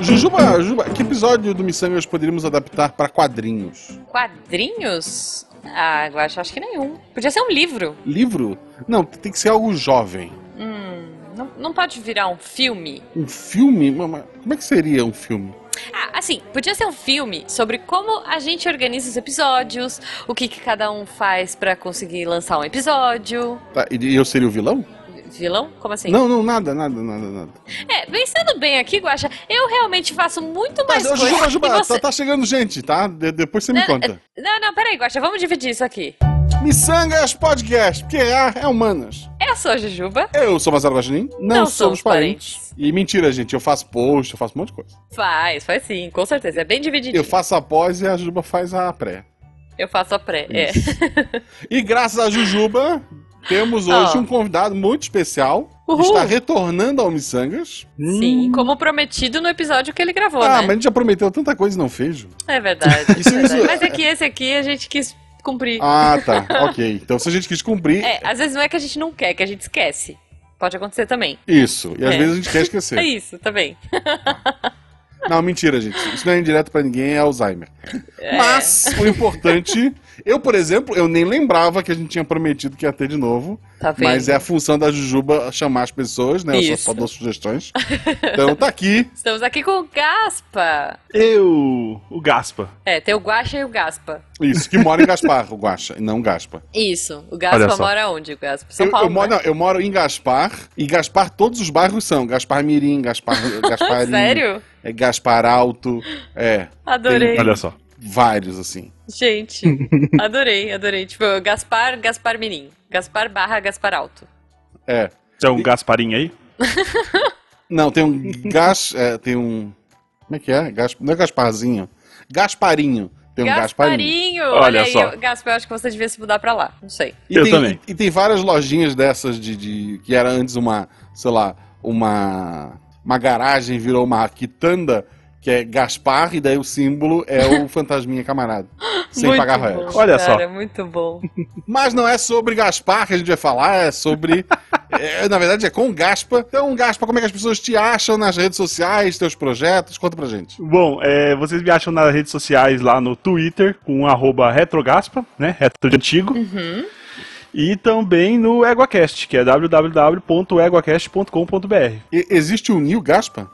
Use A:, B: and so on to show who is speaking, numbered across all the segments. A: Jujuba, Jujuba, que episódio do Missangas poderíamos adaptar para quadrinhos?
B: Quadrinhos? Ah, eu acho, acho que nenhum. Podia ser um livro.
A: Livro? Não, tem que ser algo jovem.
B: Hum, não, não pode virar um filme.
A: Um filme? Mas- mas Como é que seria um filme?
B: Ah, assim, podia ser um filme sobre como a gente organiza os episódios, o que, que cada um faz pra conseguir lançar um episódio.
A: Tá, e eu seria o vilão?
B: Vilão? Como assim?
A: Não, não, nada, nada, nada, nada.
B: É, pensando bem aqui, Guaxa, eu realmente faço
A: Tá,
B: muito mais coisa
A: Juba, Juba,
B: que você.
A: tá, tá chegando gente, tá? De- depois você me
B: Não,
A: conta.
B: Não, não, peraí, Guaxa, vamos dividir isso aqui.
A: Missangas Podcast, porque A é humanas.
B: Eu sou a Jujuba,
A: Eu sou Marcelo Guaxinim, não,
B: não
A: somos parentes. E mentira, gente, eu faço post, eu faço um monte de coisa.
B: Faz, faz sim, com certeza, é bem divididinho.
A: Eu faço a pós e a Juba faz a pré.
B: Eu faço a pré, é.
A: Isso. E graças a Jujuba, temos hoje
B: Ó.
A: um convidado muito especial. que
B: Ah. Uhul.
A: Está retornando ao Missangas. Hum.
B: Sim, como prometido no episódio que ele gravou,
A: Ah,
B: né?
A: mas a gente já prometeu tanta coisa e não fez. Ju.
B: É verdade,
A: Isso-
B: é verdade.
A: isso-
B: Mas é que esse aqui a gente quis cumprir.
A: Ah, tá. ok. Então se a gente quis cumprir,
B: É, às vezes não é que a gente não quer, que a gente esquece. Pode acontecer também.
A: isso. E às
B: É.
A: vezes a gente quer
B: É
A: esquecer.
B: isso, também.
A: Não, mentira, gente. Isso não é indireto pra ninguém, é Alzheimer.
B: É.
A: Mas o importante, eu, por exemplo, eu nem lembrava que a gente tinha prometido que ia ter de novo.
B: Tá vendo?
A: Mas é a função da Jujuba chamar as pessoas, né? Eu
B: Isso.
A: só, só dou sugestões. Então tá aqui.
B: Estamos aqui com o Gaspa.
C: Eu, o Gaspa.
B: É, tem o Guaxa e o Gaspa.
A: Isso, que mora em Gaspar, o Guaxa, e não Gaspa.
B: Isso. O
C: Olha
B: Gaspa
C: só.
B: mora onde, o Gaspa? São
A: Eu,
B: Paulo.
A: eu moro,
B: né?
A: não, eu moro em Gaspar, e Gaspar todos os bairros são. Gaspar Mirim, Gaspar Gasparim,
B: Sério?
A: é Gaspar Alto, é,
B: Adorei.
C: Olha só.
A: vários assim.
B: Gente, adorei, adorei. Tipo, Gaspar, Gaspar Mirim. Gaspar barra Gaspar Alto.
A: É.
C: Tem um Gasparinho aí?
A: Não, tem um Gas, é, tem um Como é que é? Gas, não é Gasparzinho. Gasparinho. Tem um Gasparinho.
B: Gasparinho! Olha,
C: Olha
B: aí,
C: só.
B: eu- Gaspa, eu acho que você devia se mudar pra lá. Não sei.
A: E
C: Eu
A: tem,
C: também.
A: E, e tem várias lojinhas dessas de, de- que era antes uma, sei lá, uma uma garagem virou uma quitanda que é Gaspar e daí o símbolo é o fantasminha camarada, sem
B: Muito
A: pagar
B: bom,
A: royalties.
C: Olha só.
B: Cara, muito bom.
A: Mas não é sobre Gaspar que a gente vai falar, é sobre é, na verdade é com Gaspa. Então, Gaspa, como é que as pessoas te acham nas redes sociais, teus projetos? Conta pra gente.
C: Bom, é, vocês me acham nas redes sociais lá no Twitter, com arroba retrogaspa, né? Retro de antigo.
B: Uhum.
C: E também no EguaCast, que é www.eguacast.com.br.
A: E- existe o New Gaspa?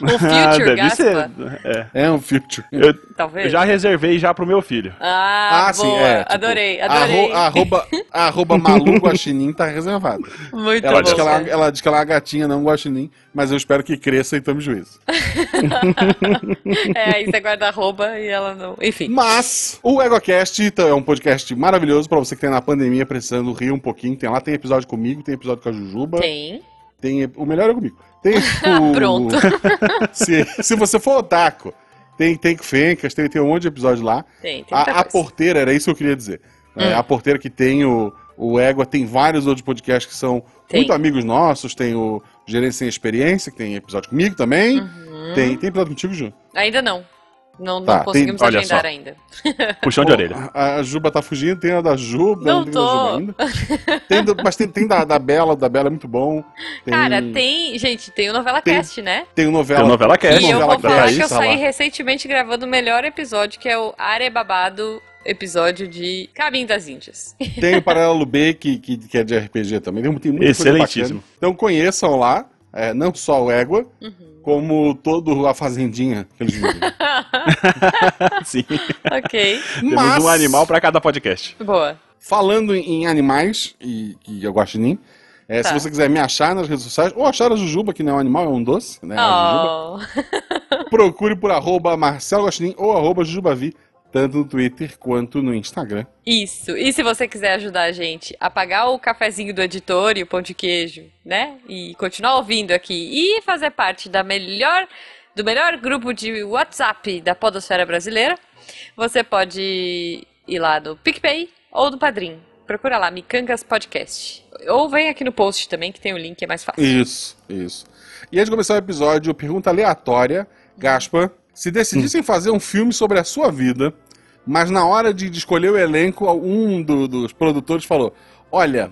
B: o Future Gaspa,
C: Ah, é.
A: É um future.
C: Eu,
B: talvez.
C: eu já reservei já pro meu filho.
B: Ah, boa.
A: tipo,
B: adorei, adorei.
A: arro- arroba, arroba Malu Guaxinim tá reservado.
B: Muito
A: Ela
B: Tá bom.
A: diz, que ela, ela diz que ela é uma gatinha, não um guaxinim, mas eu espero que cresça e tome juízo.
B: É, aí você guarda arroba e ela não. Enfim.
A: Mas o EgoCast então, é um podcast maravilhoso pra você que tá na pandemia precisando rir um pouquinho. Tem lá, tem episódio comigo, tem episódio com a Jujuba.
B: Tem.
A: Tem, o melhor é comigo. Tem o...
B: Ah, Pronto.
A: se, se você for otaku, tem, tem com Fencas, tem, tem um monte de episódio lá.
B: Tem, tem. muita
A: A, a
B: coisa. Hum.
A: porteira, era isso que eu queria dizer. É, a porteira que tem o, o Égua, tem vários outros podcasts que são
B: Tem.
A: muito amigos nossos. Tem o Gerência Sem Experiência, que tem episódio comigo também.
B: Uhum.
A: Tem, tem episódio contigo, Ju?
B: Ainda não. Não,
A: Tá,
B: não
A: tem-
B: conseguimos
C: olha
B: agendar
C: só.
B: ainda.
C: Puxão de
A: Pô,
C: orelha.
A: A, a Juba tá fugindo, tem a da Juba,
B: Não
A: tem
B: tô.
A: da Juba ainda. Tem do- mas tem, tem da, da Bela, o da Bela é muito bom. Tem,
B: Cara, tem. Gente, tem o Novela
A: Tem-
B: Cast, né?
A: tem o novela.
C: Tem o Novela Cast,
B: e eu
A: Novela
B: vou
C: da
B: falar
C: Thaís,
B: que eu
A: tá lá.
B: saí recentemente gravando o melhor episódio, que é o Are Babado episódio de Caminho das Índias.
A: Tem o Paralelo B, que, que, que é de RPG também. Tem, tem muita coisa
C: Excelentíssimo.
A: bacana. Então conheçam lá, é, não só o Égua,
B: Uhum.
A: como todo a Fazendinha que eles vivem.
C: Sim.
B: ok.
C: Temos um animal pra cada podcast.
B: Boa.
A: falando em animais, e, e eu gosto de mim, é,
B: Tá.
A: se você quiser me achar nas redes sociais, ou achar a Jujuba, que não é um animal, é um doce, né? a Jujuba,
B: Oh.
A: procure por arroba Marcelo Guaxinim ou arroba Jujubavi, tanto no Twitter quanto no Instagram.
B: Isso. E se você quiser ajudar a gente a pagar o cafezinho do editor e o pão de queijo, né? E continuar ouvindo aqui e fazer parte da melhor do melhor grupo de WhatsApp da podosfera brasileira, você pode ir lá no PicPay ou no Padrim. Procura lá, Micangas Podcast. Ou vem aqui no post também, que tem o link, é mais fácil.
A: Isso, isso. E antes de começar o episódio, pergunta aleatória, Gaspa, se decidissem fazer um filme sobre a sua vida, mas na hora de de escolher o elenco, um do- dos produtores falou, olha,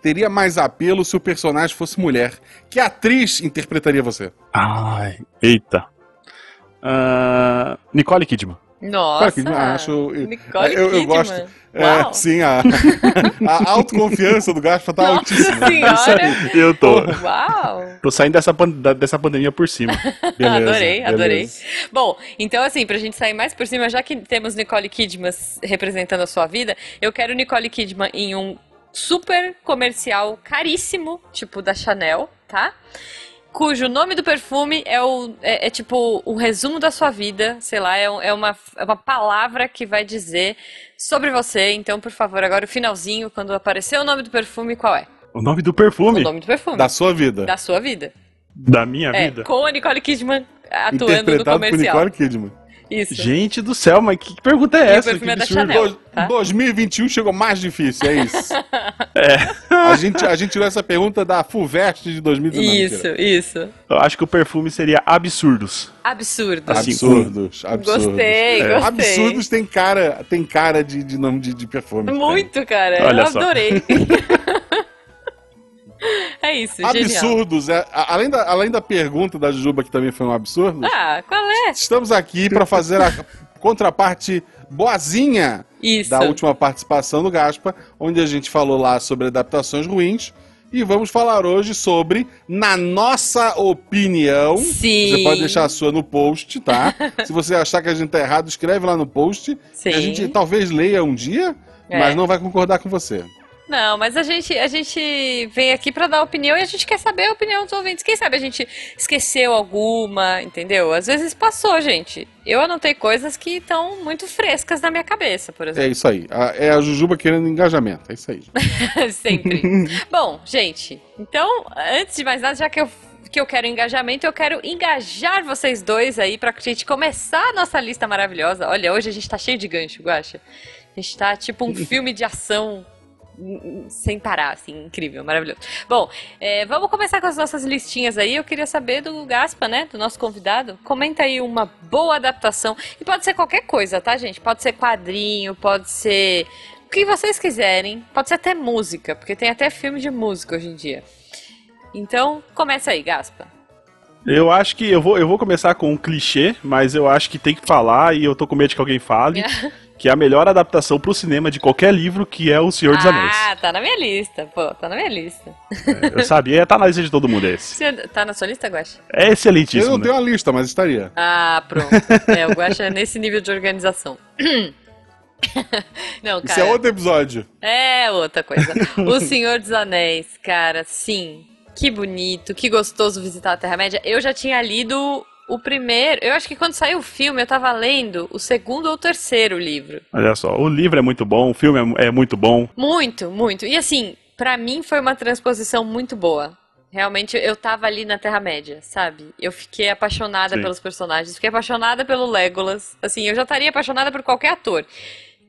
A: teria mais apelo se o personagem fosse mulher. Que atriz interpretaria você?
C: Ai, eita. Ah, Nicole Kidman.
B: Nossa.
A: Claro que- ah, acho-
B: Nicole
A: eu- eu
B: Kidman.
A: gosto.
B: Uau.
A: É, sim, a, a autoconfiança do Gaspa tá
B: Nossa
A: altíssima.
B: senhora.
C: Eu tô,
B: Uau.
C: tô saindo dessa, pan- da- dessa pandemia por cima.
A: Beleza,
B: adorei,
A: beleza.
B: adorei. Bom, então assim, pra gente sair mais por cima, já que temos Nicole Kidman representando a sua vida, eu quero Nicole Kidman em um super comercial caríssimo, tipo da Chanel, tá? Cujo nome do perfume é, o, é, é tipo o resumo da sua vida, sei lá, é, um- é uma, é uma palavra que vai dizer sobre você. Então, por favor, agora o finalzinho, quando aparecer o nome do perfume, qual é?
C: O nome do
B: O
C: perfume
B: nome do perfume.
A: Da sua vida.
B: da sua vida.
C: da minha
B: É,
C: vida.
B: com a Nicole Kidman atuando no
A: Interpretado por
B: comercial.
A: Nicole Kidman.
B: Isso.
C: Gente do céu, mas que pergunta é
B: E o
C: essa?
B: perfume
C: Que
B: é da
C: absurdo.
B: Chanel.
A: Do-
B: tá?
A: 2021 chegou mais difícil, é isso. A gente, a gente tirou essa pergunta da FUVEST de 2019.
B: isso, isso.
C: Eu acho que o perfume seria absurdos.
B: Absurdo.
C: Assim,
A: Absurdos, absurdos.
B: Gostei,
A: É.
B: gostei.
A: Absurdos tem cara, tem cara de, de nome de, de perfume.
B: Muito, cara.
C: Olha
B: eu
C: só.
B: adorei. é isso, genial.
A: Absurdos. é, a- além, da, além da pergunta da Jujuba, que também foi um absurdo,
B: Ah, qual é?
A: estamos aqui para fazer a contraparte boazinha
B: Isso.
A: da última participação do Gaspa, onde a gente falou lá sobre adaptações ruins. E vamos falar hoje sobre, na nossa opinião.
B: Sim.
A: um? Você pode deixar a sua no post, tá? Se você achar que a gente tá errado, escreve lá no post.
B: Sim.
A: E a gente talvez leia um dia,
B: É.
A: mas não vai concordar com você.
B: Não, mas a gente, a gente vem aqui pra dar opinião e a gente quer saber a opinião dos ouvintes. Quem sabe a gente esqueceu alguma, entendeu? Às vezes passou, gente. Eu anotei coisas que estão muito frescas na minha cabeça, por exemplo.
A: É isso aí. A- É a Jujuba querendo engajamento. É isso aí.
B: Sempre. Bom, gente, então, antes de mais nada, já que eu, que eu quero engajamento, eu quero engajar vocês dois aí pra gente começar a nossa lista maravilhosa. Olha, hoje a gente tá cheio de gancho, Guaxa. A gente tá tipo um filme de ação hum, hum, sem parar, assim, incrível, maravilhoso. Bom, é, vamos começar com as nossas listinhas aí. Eu queria saber do Gaspa, né, do nosso convidado. Comenta aí uma boa adaptação. E pode ser qualquer coisa, tá, gente? Pode ser quadrinho, pode ser o que vocês quiserem. Pode ser até música, porque tem até filme de música hoje em dia. Então, começa aí, Gaspa.
C: Eu acho que eu vou, eu vou começar com um clichê, mas eu acho que tem que falar e eu tô com medo de que alguém fale. que é a melhor adaptação pro cinema de qualquer livro, que é O Senhor dos Anéis.
B: ah, tá na minha lista, pô, tá na minha lista.
C: Eu sabia, tá na lista de todo mundo esse.
B: Você tá na sua lista, Guaxa?
C: É
A: Eu
C: excelentíssimo.
A: não
C: Né?
A: tenho a lista, mas estaria.
B: Ah, pronto. É, o Guaxa é nesse nível de organização. Não,
A: Isso
B: cara.
A: é outro episódio.
B: É outra coisa. O Senhor dos Anéis, cara, sim. Que bonito, que gostoso visitar a Terra-média. Eu já tinha lido o primeiro. Eu acho que quando saiu o filme, eu tava lendo o segundo ou terceiro livro.
C: Olha só, o livro é muito bom, o filme é mu- é muito bom.
B: Muito, muito. E assim, pra mim foi uma transposição muito boa. Realmente, eu tava ali na Terra-média, sabe? Eu fiquei apaixonada
C: Sim.
B: pelos personagens, fiquei apaixonada pelo Legolas. Assim, eu já estaria apaixonada por qualquer ator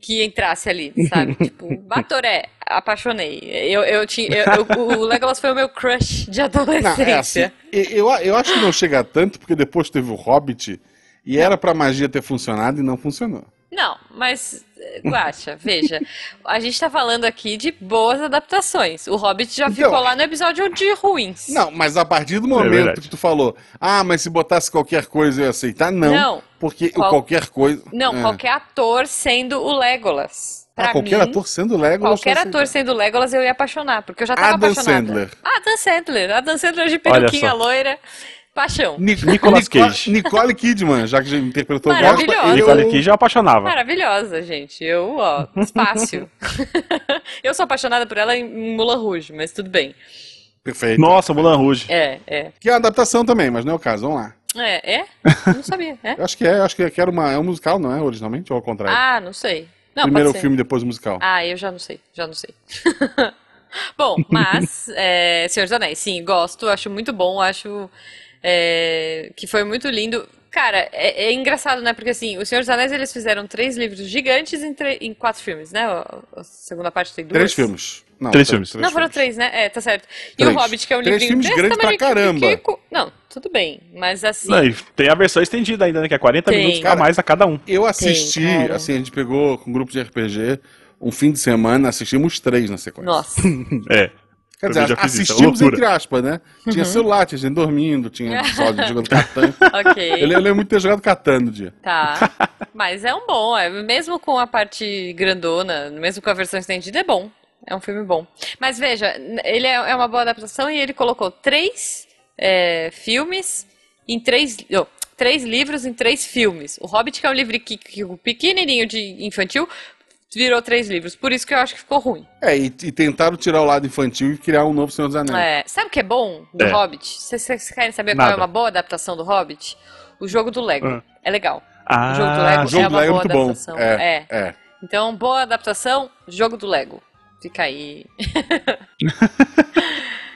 B: que entrasse ali, sabe? Tipo, Batoré, apaixonei. Eu, eu tinha, eu- eu- o Legolas foi o meu crush de
A: Não, é assim,
B: adolescência.
A: e- eu, eu acho que não chega a tanto, porque depois teve o Hobbit e era pra magia ter funcionado e não funcionou.
B: Não, mas, eh, Guaxa, veja, a gente tá falando aqui de boas adaptações. O Hobbit já
A: Então-
B: ficou lá no episódio de ruins.
A: Não, mas a partir do momento
C: É verdade.
A: que tu falou, ah, mas se botasse qualquer coisa eu ia aceitar, não.
B: Não.
A: Porque
B: Qual-
A: o qualquer coisa.
B: Não,
A: é.
B: qualquer ator sendo o Legolas. Pra
A: Ah, qualquer
B: mim,
A: ator sendo Legolas.
B: qualquer
A: eu
B: ator
A: aceito.
B: sendo Legolas, eu ia apaixonar, porque eu já tava
A: Adam
B: apaixonada.
A: Sandler.
B: Adam Sandler. Adam Sandler de
C: Olha
B: peruquinha
C: só.
B: loira. Paixão.
A: Ni-
C: Nicolas
A: Nico-
C: Cage.
A: Nicole Kidman, já que já interpretou o
B: Maravilhosa.
A: Gaspa, eu-
C: Nicole Kidman já apaixonava.
B: Maravilhosa, gente. Eu, ó, fácil. eu sou apaixonada por ela em Mulan Rouge, mas tudo bem.
A: Perfeito.
C: Nossa, Mulan Rouge.
B: É, é.
A: Que é uma adaptação também, mas não é o caso. Vamos lá.
B: É, é? Não sabia, é?
A: Eu acho que é, eu acho que é que era uma, é um musical, não é? Originalmente ou ao contrário?
B: Ah, não sei. Não,
A: Primeiro o
B: pode ser.
A: filme, depois o musical.
B: Ah, eu já não sei, já não sei. Bom, mas, é, Senhor dos Anéis, sim, gosto, acho muito bom, acho é, que foi muito lindo. Cara, é, é engraçado, né? Porque assim, o Senhor dos Anéis eles fizeram três livros gigantes em, tre- em quatro filmes, né? A, a segunda parte tem duas.
A: Três filmes. Não, tá,
C: Três filmes.
B: Não, foram três, né? É, tá certo. E o
A: Três.
B: Hobbit, que é um
A: Três
B: livrinho
A: filmes
B: desse
A: grandes pra
B: tamanho,
A: caramba.
B: pequenico. Não, tudo bem, mas assim,
C: Não, e tem a versão estendida ainda, né, que é 40
B: Tem.
C: minutos a
A: Cara,
C: mais a cada um.
A: Eu assisti,
B: Tem, cara.
A: assim, a gente pegou com um grupo de RPG um fim de semana, assistimos três na sequência.
B: nossa.
C: É.
A: Quer dizer,
C: Também já fiz isso, é uma
A: assistimos
C: loucura.
A: entre aspas, né? Tinha celular, tinha gente dormindo, tinha episódio jogando Catan.
B: Ok.
A: Eu le- eu lembro muito de ter jogado Catan no dia.
B: Tá. Mas é um bom, é, mesmo com a parte grandona, mesmo com a versão estendida, é bom. É um filme bom. Mas veja, n- ele é, é uma boa adaptação e ele colocou três é, filmes em três. oh, três livros em três filmes. O Hobbit, que é um livro que, que o pequenininho de infantil, virou três livros. Por isso que eu acho que ficou ruim.
A: É, e, e tentaram tirar o lado infantil e criar um novo Senhor dos Anéis.
B: É, sabe o que é bom do
C: É.
B: Hobbit? Vocês vocês querem saber qual é
C: Nada.
B: uma boa adaptação do Hobbit? O jogo do Lego.
C: Ah.
B: É legal. O
C: Ah,
B: jogo do Lego
A: o jogo
B: é
A: do
B: uma
A: Lego é
B: boa
A: muito bom.
B: adaptação. É.
A: É.
B: Então, boa adaptação, jogo do Lego. Fica aí.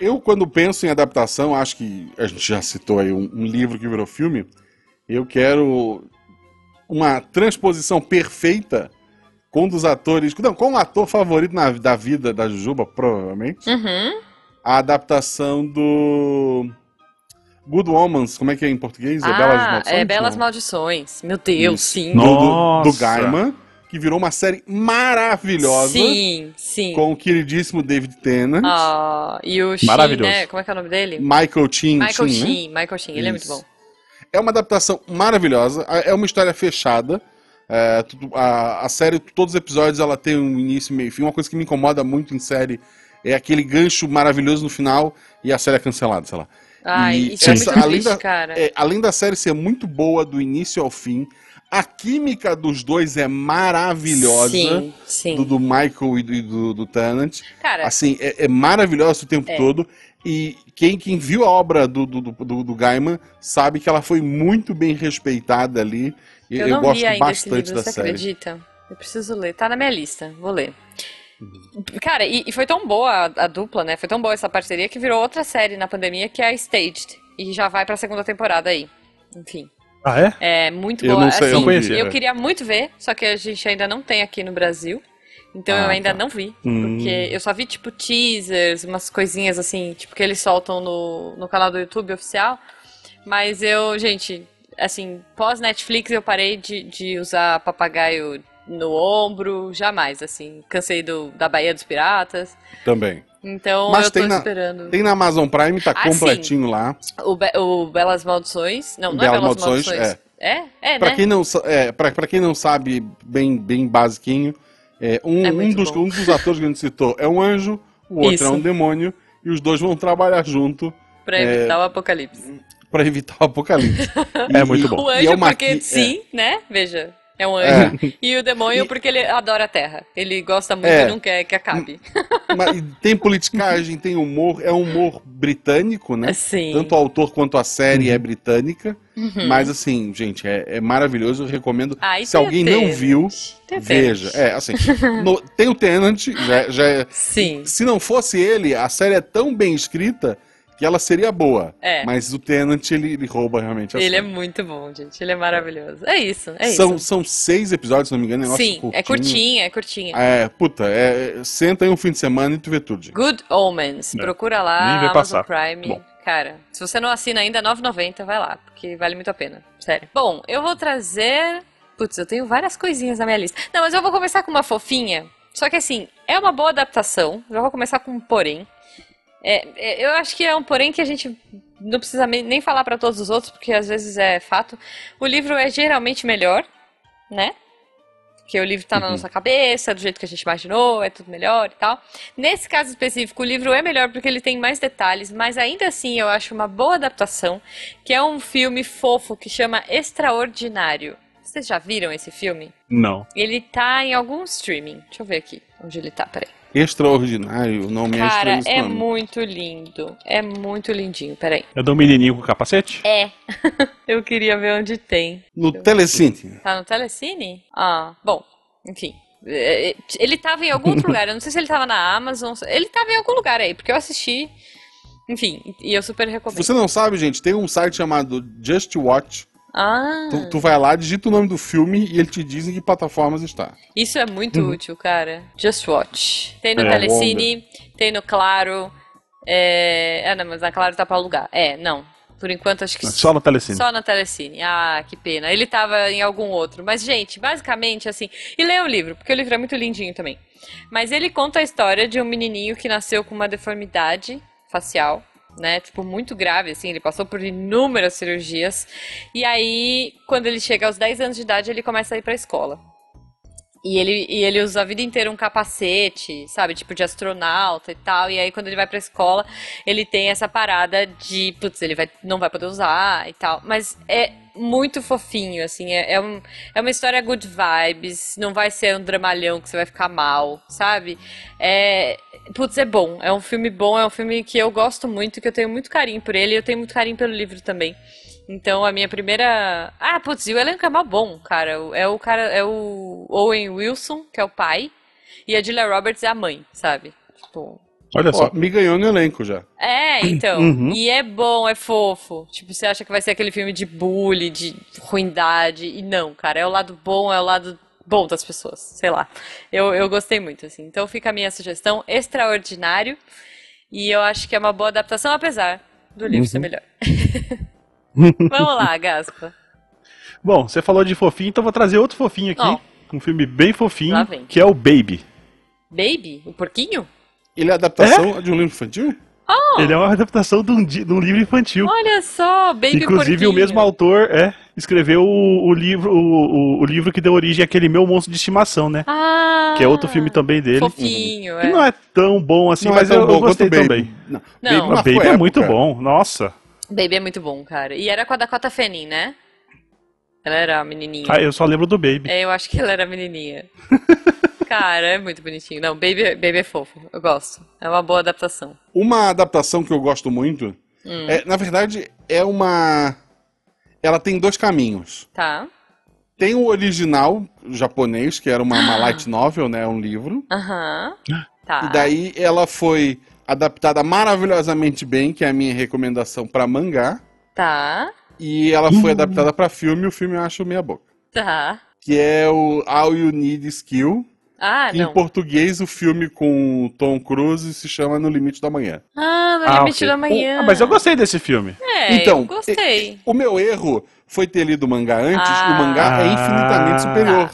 A: Eu, quando penso em adaptação, acho que a gente já citou aí um, um livro que virou filme. Eu quero uma transposição perfeita com um dos atores. Não, com o ator favorito na- da vida da Jujuba, provavelmente.
B: Uhum.
A: A adaptação do. Good Omens, como é que é em português?
B: ah, é Belas
A: Não.
B: Maldições. Meu Deus,
A: Isso.
B: sim.
A: Do- Do, do
C: Nossa.
A: Gaiman, que virou uma série maravilhosa
B: Sim, sim.
A: com o queridíssimo David Tennant,
B: Ah, e o Shin,
C: Maravilhoso.
B: né? Como é que é o nome dele?
A: Michael Chin.
B: Michael
A: Chin, Hum, né?
B: Shin, Michael Shin, ele é muito
A: Isso.
B: bom.
A: É uma adaptação maravilhosa, a- é uma história fechada. é, tudo- a, a série, todos os episódios, ela tem um início, meio e fim. Uma coisa que me incomoda muito em série é aquele gancho maravilhoso no final e a série é cancelada, sei lá.
B: Ai,
A: E
B: isso é
A: essa-
B: muito
A: além
B: triste,
A: da-
B: cara.
A: É, além da série ser muito boa do início ao fim, a química dos dois é maravilhosa.
B: Sim, sim.
A: Do, do Michael e do, e do, do Tennant.
B: Cara,
A: Assim, é, é maravilhoso o tempo
B: É.
A: todo. E quem, quem viu a obra do, do, do, do- do Gaiman sabe que ela foi muito bem respeitada ali. E
B: eu
A: eu,
B: não
A: gosto
B: li ainda esse
A: bastante
B: livro,
A: da
B: você
A: série.
B: acredita? Eu preciso ler, tá na minha lista, vou ler.
A: Uhum.
B: Cara, e, e foi tão boa a, a dupla, né? Foi tão boa essa parceria que virou outra série na pandemia que é a Staged. E já vai pra segunda temporada aí. Enfim.
C: Ah, é?
B: É muito
A: Eu
B: boa.
A: não sei,
B: assim,
A: eu é. não
C: conhecia,
B: eu
C: né?
B: queria muito ver, só que a gente ainda não tem aqui no Brasil. Então
A: Ah,
B: eu ainda
A: tá.
B: não vi.
C: Hum.
B: Porque eu só vi, tipo, teasers, umas coisinhas assim, tipo, que eles soltam no, no canal do YouTube oficial. Mas eu, gente, assim, pós-Netflix eu parei de, de usar papagaio no ombro, jamais, assim. Cansei do, da Bahia dos Piratas.
A: Também.
B: Então
A: Mas
B: eu tô
A: tem na-
B: esperando.
A: Tem na Amazon Prime, tá
B: Ah, sim.
A: completinho lá.
B: O, Be- o Belas Maldições. Não, não é
A: Belas
B: Belas
A: Maldições,
B: É, é,
A: Pra
B: né?
A: quem não, sa- é, pra, pra quem não sabe, bem, bem basiquinho, é, um,
B: É
A: um
B: muito
A: dos,
B: bom.
A: um dos atores que a gente citou é um anjo, o outro
B: Isso.
A: é um demônio, e os dois vão trabalhar junto
B: Pra evitar o apocalipse.
A: pra evitar o apocalipse.
C: É muito bom.
B: O
A: e
B: anjo,
A: é uma
B: porque
A: qui- é.
B: sim, né? Veja, é um anjo. E o demônio,
A: E-
B: porque ele adora a terra. Ele gosta muito
A: É. Hum,
B: e não quer que acabe.
A: Mas tem politicagem, tem humor, é um humor britânico, né?
B: Sim.
A: Tanto o autor quanto a série é britânica.
B: Uhum.
A: Mas assim, gente, é, é maravilhoso, eu recomendo.
B: Ah, e
A: Se
B: tem o
A: alguém não
B: Tenant.
A: viu,
B: Tem o
A: veja.
B: Tenant.
A: É, assim, no- tem o Tenant, já, já é-
B: Sim.
A: se não fosse ele, a série é tão bem escrita que ela seria boa.
B: É.
A: Mas o Tenant, ele, ele rouba realmente a
B: Ele é
A: série.
B: muito bom, gente. Ele é maravilhoso. É isso, é
A: são,
B: isso.
A: são seis episódios, se não me engano, é negócio
B: Sim, é curtinha, é curtinha.
A: É, puta, é, senta aí um fim de semana e tu vê tudo, gente.
B: Good Omens.
C: É.
B: Procura lá,
C: Nem vai
B: Amazon
C: passar.
B: Prime.
C: Bom.
B: Cara, se você não assina ainda, 9,90, vai lá, porque vale muito a pena. Sério. Bom, eu vou trazer. Putz, eu tenho várias coisinhas na minha lista. Não, mas eu vou começar com uma fofinha. Só que assim, é uma boa adaptação. Já vou começar com um porém. É, é, eu acho que é um porém que a gente não precisa me- nem falar pra todos os outros, porque às vezes é fato. O livro é geralmente melhor, né? Porque o livro tá na
A: Uhum.
B: nossa cabeça, do jeito que a gente imaginou, é tudo melhor e tal. Nesse caso específico, o livro é melhor porque ele tem mais detalhes, mas ainda assim eu acho uma boa adaptação, que é um filme fofo que chama Extraordinário. Vocês já viram esse filme?
C: Não.
B: Ele tá em algum streaming. Deixa eu ver aqui onde ele tá, peraí.
A: Extraordinário, o nome é
B: Cara,
A: estranho
B: é
A: esse nome.
B: muito lindo. É muito lindinho, peraí.
C: É do menininho com capacete?
B: É. eu queria ver onde tem.
A: No Telecine.
B: Tá no Telecine? Ah, bom, enfim. É, é, Ele tava em algum outro lugar, eu não sei se ele tava na Amazon, ele tava em algum lugar aí, porque eu assisti. Enfim, e eu super
A: Se
B: recomendo.
A: você não sabe, gente, tem um site chamado Just Watch.
B: Ah,
C: Então-
A: Tu, tu vai lá, digita o nome do filme e ele te diz em que plataformas está.
B: isso é muito útil, cara. Just Watch. Tem no
C: Uhum. É,
B: Telecine, tem no Claro. É... Ah, não, mas na Claro tá pra alugar. É, não. Por enquanto, acho que
C: Só no Telecine.
B: Só na Telecine. Ah, que pena. Ele tava em algum outro. Mas, gente, basicamente assim. E leia o livro, porque o livro é muito lindinho também. Mas ele conta a história de um menininho que nasceu com uma deformidade facial, né? Tipo, muito grave, assim. Ele passou por inúmeras cirurgias. E aí, quando ele chega aos 10 anos de idade, ele começa a ir pra escola. E ele, e ele usa a vida inteira um capacete, sabe? Tipo de astronauta e tal. E aí, quando ele vai pra escola, ele tem essa parada de, putz, ele vai, não vai poder usar e tal. Mas é muito fofinho, assim. É, é, um- é uma história good vibes. Não vai ser um dramalhão que você vai ficar mal, sabe? É, putz, é bom. É um filme bom. É um filme que eu gosto muito, que eu tenho muito carinho por ele. E eu tenho muito carinho pelo livro também. Então, a minha primeira. Ah, putz, e o elenco é mó bom, cara. O- É o cara. É o Owen Wilson, que é o pai. E a Julia Roberts é a mãe, sabe? Tipo.
C: Olha
A: Pô,
C: só.
A: me ganhou no elenco já.
B: É, então.
C: Uhum.
B: E é bom, é fofo. Tipo, você acha que vai ser aquele filme de bullying, de ruindade. E não, cara. É o lado bom, é o lado bom das pessoas. Sei lá. Eu, eu gostei muito, assim. Então fica a minha sugestão. Extraordinário. E eu acho que é uma boa adaptação, apesar do
C: Uhum.
B: livro ser melhor. Vamos lá, Gaspa.
C: Bom, você falou de fofinho, então vou trazer outro fofinho aqui.
B: Ó.
C: Um filme bem
B: Lá
C: fofinho,
B: vem.
C: que é o Baby.
B: Baby? O porquinho?
A: Ele é adaptação de um livro infantil?
C: Ele é uma adaptação de um, di- de um livro infantil.
B: Olha só, Baby
C: Inclusive,
B: porquinho.
C: o mesmo autor é, escreveu o, o livro, o, o- o livro que deu origem àquele Meu Monstro de Estimação, né?
B: Ah,
C: que é outro filme também dele.
B: fofinho,
C: Que
B: é.
C: não é tão bom assim,
A: Não
C: mas
A: é tão
C: eu,
A: bom
C: eu gostei
A: quanto o Baby.
C: também.
A: Não,
B: Não.
A: Baby
C: O
A: marcou
C: Baby é
A: época.
C: muito bom, nossa.
B: Baby é muito bom, cara. E era com a Dakota Fanning, né? Ela era a menininha.
C: Ah, eu só lembro do Baby.
B: É, eu acho que ela era a menininha. cara, é muito bonitinho. Não, Baby, Baby é fofo. Eu gosto. É uma boa adaptação.
A: Uma adaptação que eu gosto muito,
B: Hum.
A: é, na verdade, é uma. Ela tem dois caminhos.
B: Tá?
A: Tem o original japonês, que era uma, uma light novel, né? Um livro.
B: Aham. Tá.
A: E daí ela foi adaptada maravilhosamente bem, que é a minha recomendação pra mangá.
B: Tá.
A: E ela
C: Uhum.
A: foi adaptada pra filme, e o filme eu acho meia boca.
B: Tá.
A: Que é o All You Need Is Skill.
B: Ah,
A: que
B: não.
A: em português o filme com o Tom Cruise se chama No Limite da Manhã.
B: Ah, no
C: Ah,
B: limite
C: ok.
B: da manhã.
C: Ah, mas eu gostei desse filme.
B: É,
A: então,
B: eu gostei.
A: e- O meu erro foi ter lido o mangá antes,
B: Ah.
A: e o mangá é infinitamente superior.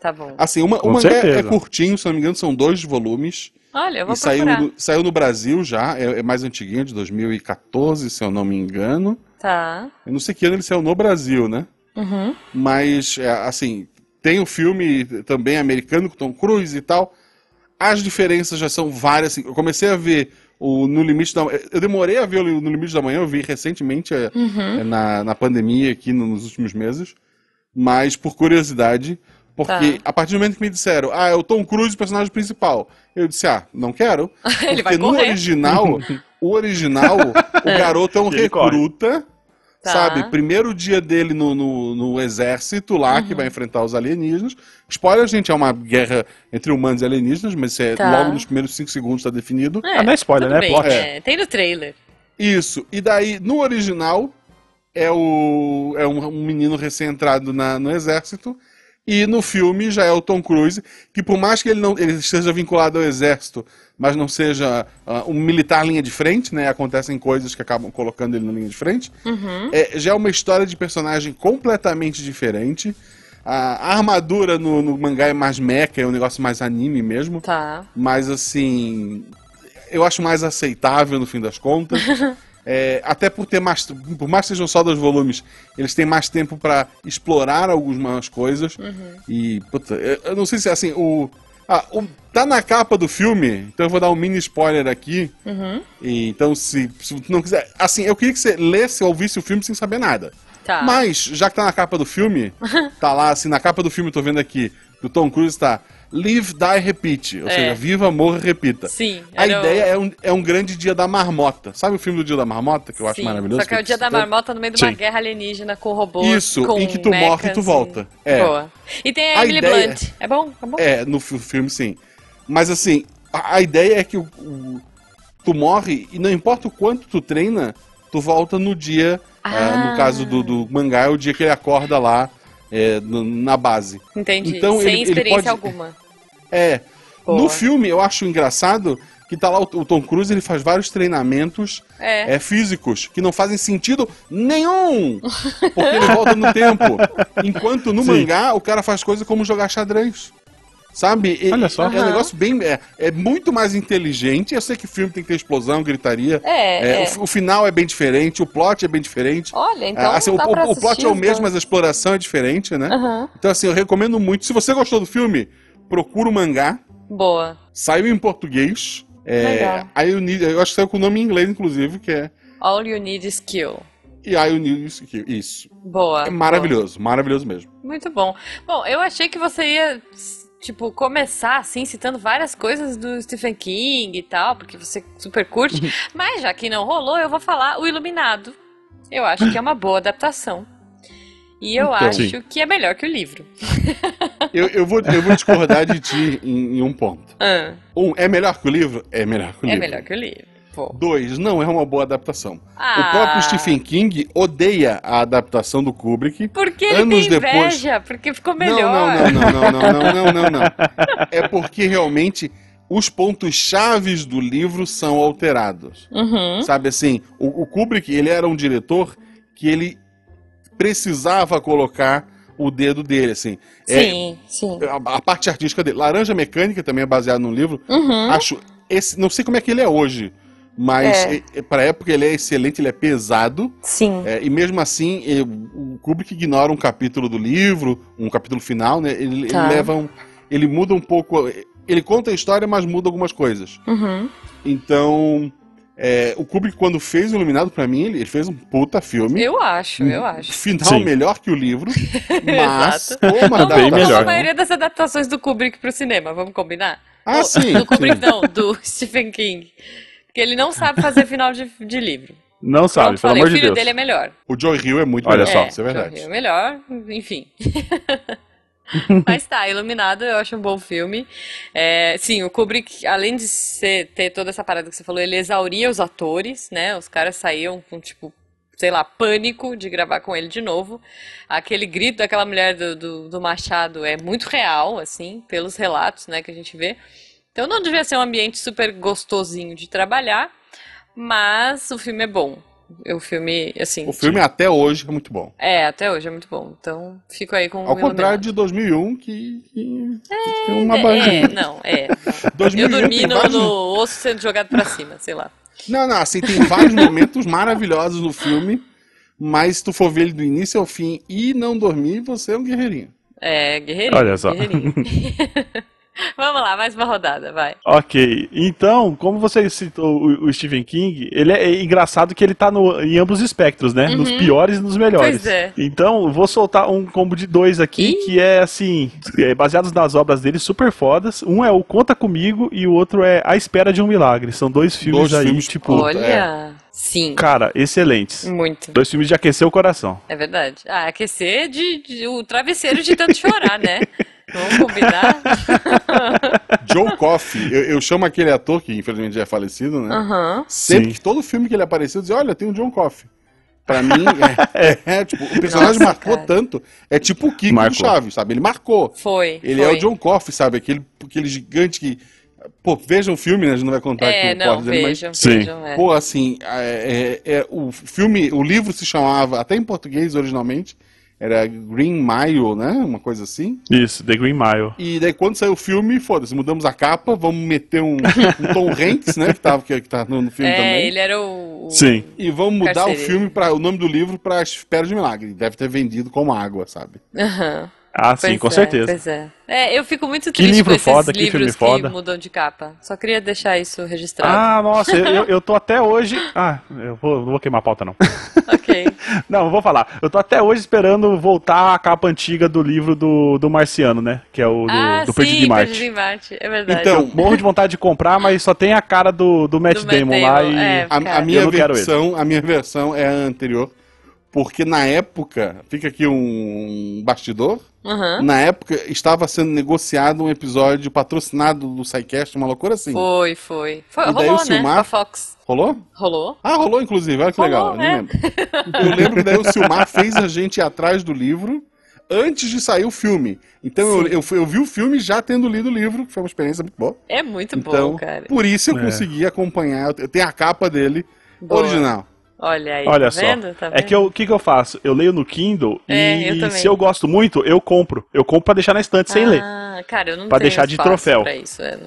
B: Tá bom.
A: Assim, uma-
C: Com
A: o mangá
C: certeza.
A: é curtinho, se não me engano, são dois volumes.
B: Olha, eu vou
A: E saiu
B: procurar.
A: no, saiu no Brasil já, é, é mais antiguinho, de 2014, se eu não me engano.
B: Tá.
A: Eu não sei que ano ele saiu no Brasil, né?
B: Uhum.
A: Mas, é, assim, tem o filme também americano com Tom Cruise e tal. As diferenças já são várias. assim. eu comecei a ver o No Limite da Eu demorei a ver o No Limite da Manhã, eu vi recentemente é,
B: Uhum.
A: é, na, na pandemia aqui no- nos últimos meses. Mas por curiosidade, porque
B: Tá.
A: a partir do momento que me disseram, ah, é o Tom Cruise o personagem principal, eu disse, ah, não quero. porque
B: Ele vai
A: no
C: é
B: correr.
C: Ah,
A: original, o original, o garoto é um
C: Ele corre.
A: recruta.
B: Tá.
A: Sabe, primeiro dia dele no, no, no exército lá,
B: Uhum.
A: que vai enfrentar os alienígenas. Spoiler, gente, é uma guerra entre humanos e alienígenas, mas isso é
B: Tá.
A: logo nos primeiros cinco segundos está definido.
B: É,
C: Ah, não é spoiler,
B: tudo
C: né? É
B: bem,
C: plot.
B: é. Tem no trailer.
A: Isso. E daí, no original, é, o, é um, um menino recém-entrado na- no exército. E no filme já é o Tom Cruise, que por mais que ele não ele esteja vinculado ao exército, mas não seja ah, um militar linha de frente, né? Acontecem coisas que acabam colocando ele na linha de frente.
B: Uhum.
A: É, já é uma história de personagem completamente diferente. A, a armadura no, no mangá é mais mecha, é um negócio mais anime mesmo.
B: Tá.
A: Mas assim, eu acho mais aceitável no fim das contas. É, até por ter mais, por mais que sejam só dois volumes, eles têm mais tempo pra explorar algumas coisas. E, puta, eu, eu não sei se assim, o, ah, o- Tá na capa do filme, então eu vou dar um mini spoiler aqui.
B: Uhum.
A: E, então, se, se tu não quiser. Assim, eu queria que você lesse ou visse o filme sem saber nada.
B: Tá.
A: Mas, já que tá na capa do filme, tá lá, assim, na capa do filme, eu tô vendo aqui, do Tom Cruise tá Live, Die, Repeat. Ou
B: É.
A: seja, viva, morra, repita.
B: Sim.
A: A
B: era o-
A: ideia é um, é um grande dia da marmota. Sabe o filme do dia da marmota, que eu acho
B: Sim,
A: maravilhoso?
B: Só que é o dia da
A: Então,
B: marmota no meio de uma
C: Sim.
B: guerra alienígena com robôs.
A: Isso,
B: com
A: em que tu
B: mechas,
A: morre e tu
B: assim.
A: volta. É.
B: Boa. E tem a,
A: A
B: Emily
A: ideia-
B: Blunt. É bom? É bom?
A: É, no fi- filme sim. Mas assim, a, a ideia é que o- o- tu morre e não importa o quanto tu treina, tu volta no dia.
B: Ah.
A: é, no caso do, do mangá, é o dia que ele acorda lá é, no- na base.
B: Entendi.
A: Então,
B: Sem
A: ele- ele
B: experiência
A: pode-
B: alguma.
A: É.
B: Boa.
A: No filme, eu acho engraçado que tá lá o, o Tom Cruise, ele faz vários treinamentos
B: É.
A: é, físicos que não fazem sentido nenhum, porque ele volta no tempo. Enquanto no
C: Sim.
A: mangá, o cara faz coisa como jogar xadrez. Sabe? E-
C: Olha só.
A: É um
B: Aham.
A: negócio bem. É, é muito mais inteligente. Eu sei que filme tem que ter explosão, gritaria.
B: É,
A: É,
B: é.
A: o fi- O, final é bem diferente, o plot é bem diferente.
B: Olha, então
A: Ah, assim, o,
B: dá
A: o-
B: pra
A: o plot
B: assistir então.
A: é o
B: os
A: mesmo,
B: dois.
A: mas a exploração é diferente, né?
B: Aham.
A: Então, assim, eu recomendo muito. Se você gostou do filme, procura o mangá.
B: Boa.
A: Saiu em português. É,
B: Legal.
A: I Will Need- eu acho que saiu com o nome em inglês, inclusive, que é
B: All you need is kill.
A: e aí, o Nil- isso aqui, isso.
B: Boa.
A: É maravilhoso, maravilhoso mesmo.
B: boa. Muito bom. Bom, eu achei que você ia, tipo, começar, assim, citando várias coisas do Stephen King e tal, porque você super curte.
A: Uhum.
B: Mas já que não rolou, eu vou falar O Iluminado. Eu acho que é uma boa adaptação. E eu
A: Então.
B: acho
A: Sim.
B: que é melhor que o livro.
A: Eu, eu vou, eu vou discordar de ti em, em um ponto.
B: Ah,
A: Um, é melhor que o livro? É melhor que o
B: é
A: livro.
B: melhor que o livro. Pô.
A: Dois, não é uma boa adaptação.
B: Ah,
A: O próprio Stephen King odeia a adaptação do Kubrick.
B: Porque ele
A: anos
B: tem
A: depois-
B: inveja, porque ficou melhor.
A: Não, não, não, não, não, não, não, não, não. É porque realmente os pontos chaves do livro são alterados.
B: Uhum.
A: Sabe assim, o, o Kubrick, ele era um diretor que ele precisava colocar o dedo dele, assim. É,
B: Sim, sim.
A: a, a parte artística dele. Laranja Mecânica também é baseado num livro.
B: Uhum.
A: Acho esse, não sei como é que ele é hoje, mas
B: É.
A: para pra época ele é excelente, ele é pesado.
B: Sim.
A: É, e mesmo assim, eh, o Kubrick ignora um capítulo do livro, um capítulo final, né? Ele,
B: Tá.
A: ele leva um, ele muda um pouco, eh, ele conta a história, mas muda algumas coisas.
B: Uhum.
A: Então, eh, o Kubrick quando fez o Iluminado pra mim, ele, ele fez um puta filme. Um
B: Eu acho, eu acho.
A: Final
C: Sim.
A: melhor que o livro, mas
B: Exato.
A: como
B: Não,
A: adaptação.
B: como a
C: melhor.
B: maioria das adaptações do Kubrick pro cinema, vamos combinar?
A: Ah,
B: Ou-
A: sim.
B: Do Kubrick
A: sim.
B: não, do Stephen King. Porque ele não sabe fazer final de, de livro.
C: Não
B: Pronto,
C: sabe, pelo
B: falei,
C: amor
B: o
C: de
B: filho
C: Deus.
B: dele é melhor.
A: O Joe Hill é muito
C: Olha
A: melhor,
C: só.
A: isso é verdade.
B: É melhor, enfim. Mas tá, Iluminado eu acho um bom filme. É, sim, o Kubrick, além de ser- ter toda essa parada que você falou, ele exauria os atores, né? Os caras saíam com, tipo, sei lá, pânico de gravar com ele de novo. Aquele grito daquela mulher do, do, do Machado é muito real, assim, pelos relatos, né, que a gente vê. Então não devia ser um ambiente super gostosinho de trabalhar, mas o filme é bom. O filme, assim,
A: O filme até hoje é muito bom.
B: é, até hoje é muito bom. Então, fico aí com o
A: Ao contrário
B: Iluminado.
A: de 2001, que, que, que tem uma
B: É,
A: barriga.
B: é, não, é. Eu
A: 2001
B: dormi
A: tem
B: no,
A: vários...
B: no osso sendo jogado pra cima, sei lá.
A: Não, não, assim, tem vários momentos maravilhosos no filme, mas se tu for ver ele do início ao fim e não dormir, você é um guerreirinho.
B: É, guerreirinho.
C: Olha só.
B: guerreirinho. Vamos lá, mais uma rodada, vai.
C: Ok, então, como você citou o, o Stephen King, ele é, é engraçado que ele tá no- em ambos os espectros, né? Nos piores e nos melhores.
B: Uhum. Pois é.
C: Então, eu vou soltar um combo de dois aqui,
B: Ih.
C: que é assim, é, baseados nas obras dele, super fodas. Um é o Conta Comigo e o outro é A Espera de um Milagre. São dois filmes
A: Dois
C: aí,
A: filmes,
C: tipo,
A: Puta,
B: Olha, sim,
C: cara, excelentes.
B: muito.
C: Dois filmes de aquecer o coração.
B: É verdade. Ah, aquecer de, de- o travesseiro de tanto chorar, né? Vamos combinar?
A: Joe Coffey, eu, eu chamo aquele ator que infelizmente já é falecido, né?
B: Aham.
A: Sempre
C: Sim.
A: que todo filme que ele apareceu, eu dizia, olha, tem o John Coffey. Pra mim, é, é, tipo, o personagem
B: Nossa,
A: marcou
B: cara.
A: tanto. É tipo o Kiko do
C: Marcou.
A: Chaves, sabe? Ele marcou.
B: Foi.
A: Ele é
B: foi.
A: o John Coffey, sabe? Aquele, aquele gigante que. Pô, vejam o filme, né? A gente não vai contar
B: É,
A: aqui o
B: não,
A: plot dele, mas-
B: vejam,
C: Sim.
B: vejam. é.
A: Pô, assim, é, é- é- o filme, o livro se chamava, até em português originalmente, era Green Mile, né? Uma coisa assim.
C: Isso, The Green Mile.
A: E daí quando saiu o filme, foda-se, mudamos a capa, vamos meter um, um Tom Hanks, né? Que, tava, que, que tá no, no filme
B: É,
A: também.
B: ele era o. o-
C: Sim.
A: E vamos mudar o
B: Carcereiro.
A: filme, pra, o nome do livro pra Espera de Milagre. Deve ter vendido como água, sabe?
B: Aham.
C: Ah, sim,
B: Pois
C: com
B: é,
C: certeza.
B: Pois é. É, eu fico muito
C: Que
B: triste
C: livro
B: com esses
C: foda, que
B: livros
C: filme foda.
B: que mudam de capa. Só queria deixar isso registrado.
C: Ah, nossa, eu, eu- eu tô até hoje. Ah, eu vou, não vou queimar a pauta, não.
B: Ok.
C: Não, eu vou falar. Eu tô até hoje esperando voltar a capa antiga do livro do, do Marciano, né? Que é o do,
B: ah,
C: do
B: sim,
C: Perdido em
B: Perdido
C: Marte.
B: em Marte, é verdade.
A: Então,
C: Morro de vontade de comprar, mas só tem a cara do, do Matt
B: Do Matt
C: Damon lá
B: Damon,
C: e.
B: é.
A: A, a
B: Cara,
A: minha
C: eu não quero
A: versão, a minha versão é a anterior, porque na época, fica aqui um bastidor,
B: Aham.
A: na época estava sendo negociado um episódio patrocinado do SciCast, uma loucura assim.
B: Foi, foi. Foi,
A: E daí
B: rolou,
A: o
B: né?
A: Silmar-
B: Com a Fox.
A: Rolou?
B: Rolou?
A: Ah, rolou inclusive, olha que legal,
B: Rolou, né?
A: eu nem
B: é.
A: lembro. Eu lembro que daí o Silmar fez a gente ir atrás do livro antes de sair o filme. Então eu, eu, fui- eu vi o filme já tendo lido o livro, que foi uma experiência muito boa.
B: É muito
A: então,
B: bom, cara.
A: por isso eu
C: É.
A: consegui acompanhar. Eu tenho a capa dele,
B: Boa.
A: original.
B: Olha aí,
C: Olha
B: tá
C: só.
B: vendo? Tá
C: É
B: vendo?
C: que eu- o que, que eu faço? Eu leio no Kindle
B: É,
C: e
B: eu também.
C: se eu gosto muito, eu compro. Eu compro pra deixar na estante sem ler.
B: Ah, cara, eu não
C: Pra
B: tenho
C: deixar de
B: espaço
C: troféu.
B: pra isso, é.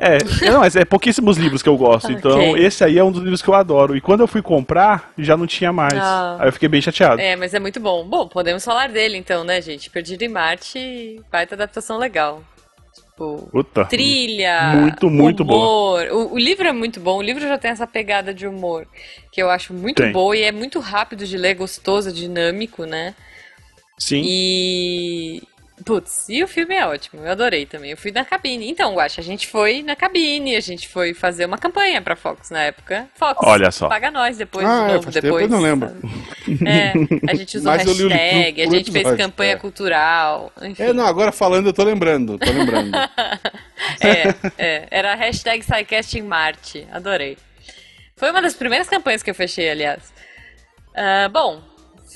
C: É, não, mas é pouquíssimos livros que eu gosto. Então,
B: Ok.
C: esse aí é um dos livros que eu adoro. E quando eu fui comprar, já não tinha mais.
B: Ah.
C: Aí eu fiquei bem chateado.
B: É, mas é muito bom. Bom, podemos falar dele então, né, gente? Perdido em Marte, baita adaptação legal. Tipo,
C: Puta.
B: trilha,
C: Muito, muito
B: humor. O, o livro é muito bom. O livro já tem essa pegada de humor que eu acho muito
C: Tem.
B: boa e é muito rápido de ler, gostoso, dinâmico, né?
C: Sim.
B: E. Putz, e o filme é ótimo, eu adorei também. Eu fui na cabine. Então, Guaxa, a gente foi na cabine, a gente foi fazer uma campanha pra Fox na época. Fox,
C: Olha só.
B: paga nós depois,
A: Ah,
B: de
A: é,
B: novo,
A: faz tempo que eu
B: depois.
A: não lembro.
B: sabe? É, a gente usou
A: Mas eu li o-
B: hashtag, a
A: o
B: gente fez
A: episódio,
B: campanha
A: é.
B: cultural, enfim.
A: É, não, agora falando eu tô lembrando, tô lembrando. Ah,
B: É, é, era a hashtag SciCast em Marte. Adorei. Foi uma das primeiras campanhas que eu fechei, aliás. Ah, bom,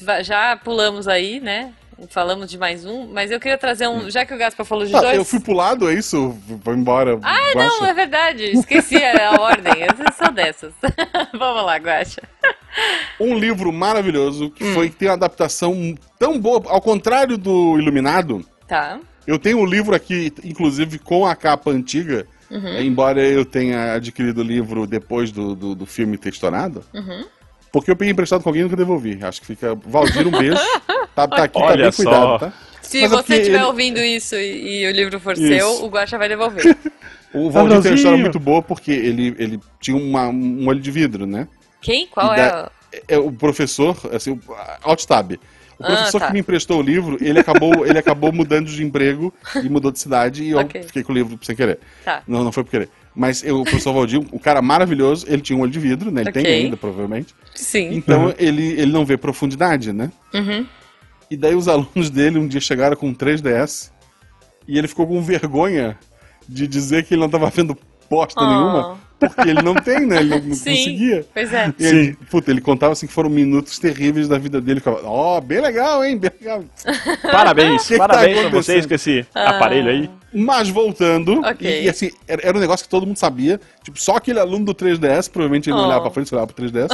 B: va- já pulamos aí, né? Falamos de mais um, mas eu queria trazer um. Já que o Gaspar falou de
A: Ah,
B: dois.
A: eu fui pro lado, é isso? Vou embora. Ah,
B: Não, é verdade, esqueci a ordem. Eu sou dessas. Vamos lá, Guacha. é.
A: um livro maravilhoso que
B: Hum.
A: foi que tem uma adaptação tão boa, ao contrário do Iluminado.
B: Tá.
A: Eu tenho o livro aqui, inclusive com a capa antiga, eh, embora eu tenha adquirido o livro depois do, do, do filme Textorado, porque eu peguei emprestado com alguém e nunca devolvi. Acho que fica. Valdir, um beijo. Tá, tá aqui, tá
C: Olha
A: bem
C: só.
A: cuidado, tá?
B: Se
A: Mas é porque
B: você estiver
A: ele-
B: ouvindo isso e, e o livro for
A: Isso.
B: seu, o Guacha vai devolver.
A: O Valdir tem uma
C: Abrazinho.
A: história muito boa porque ele, ele tinha uma- um olho de vidro, né?
B: Quem? Qual
A: E
B: é?
A: da-
B: o-
A: é o professor, assim, o alt tab. O
B: Ah,
A: professor
B: tá.
A: que me emprestou o livro, ele acabou, ele acabou mudando de emprego e mudou de cidade e eu
B: Ok.
A: fiquei com o livro sem querer.
B: Tá.
A: Não, não foi por querer. Mas eu, o professor Valdir, um cara maravilhoso, ele tinha um olho de vidro, né? Ele
B: Ok.
A: tem ainda, provavelmente.
B: Sim.
A: Então ele, ele não vê profundidade, né?
B: Uhum.
A: E daí os alunos dele um dia chegaram com um 3DS e ele ficou com vergonha de dizer que ele não tava vendo bosta
B: Oh.
A: nenhuma, porque ele não tem, né? Ele não, não
B: Sim.
A: conseguia.
B: Pois é.
A: E Ele, puta, ele contava assim que foram minutos terríveis da vida dele. Ficava, ó, bem legal, hein? Bem legal.
C: Parabéns,
A: Que que tá
C: parabéns pra
A: acontecendo?
C: vocês com esse
B: Ah.
C: aparelho aí.
A: Mas voltando,
B: Ok.
A: e, e assim, era, era um negócio que todo mundo sabia. Tipo, só aquele aluno do 3DS, provavelmente ele não
B: Oh.
A: olhava pra frente, só olhava pro 3DS,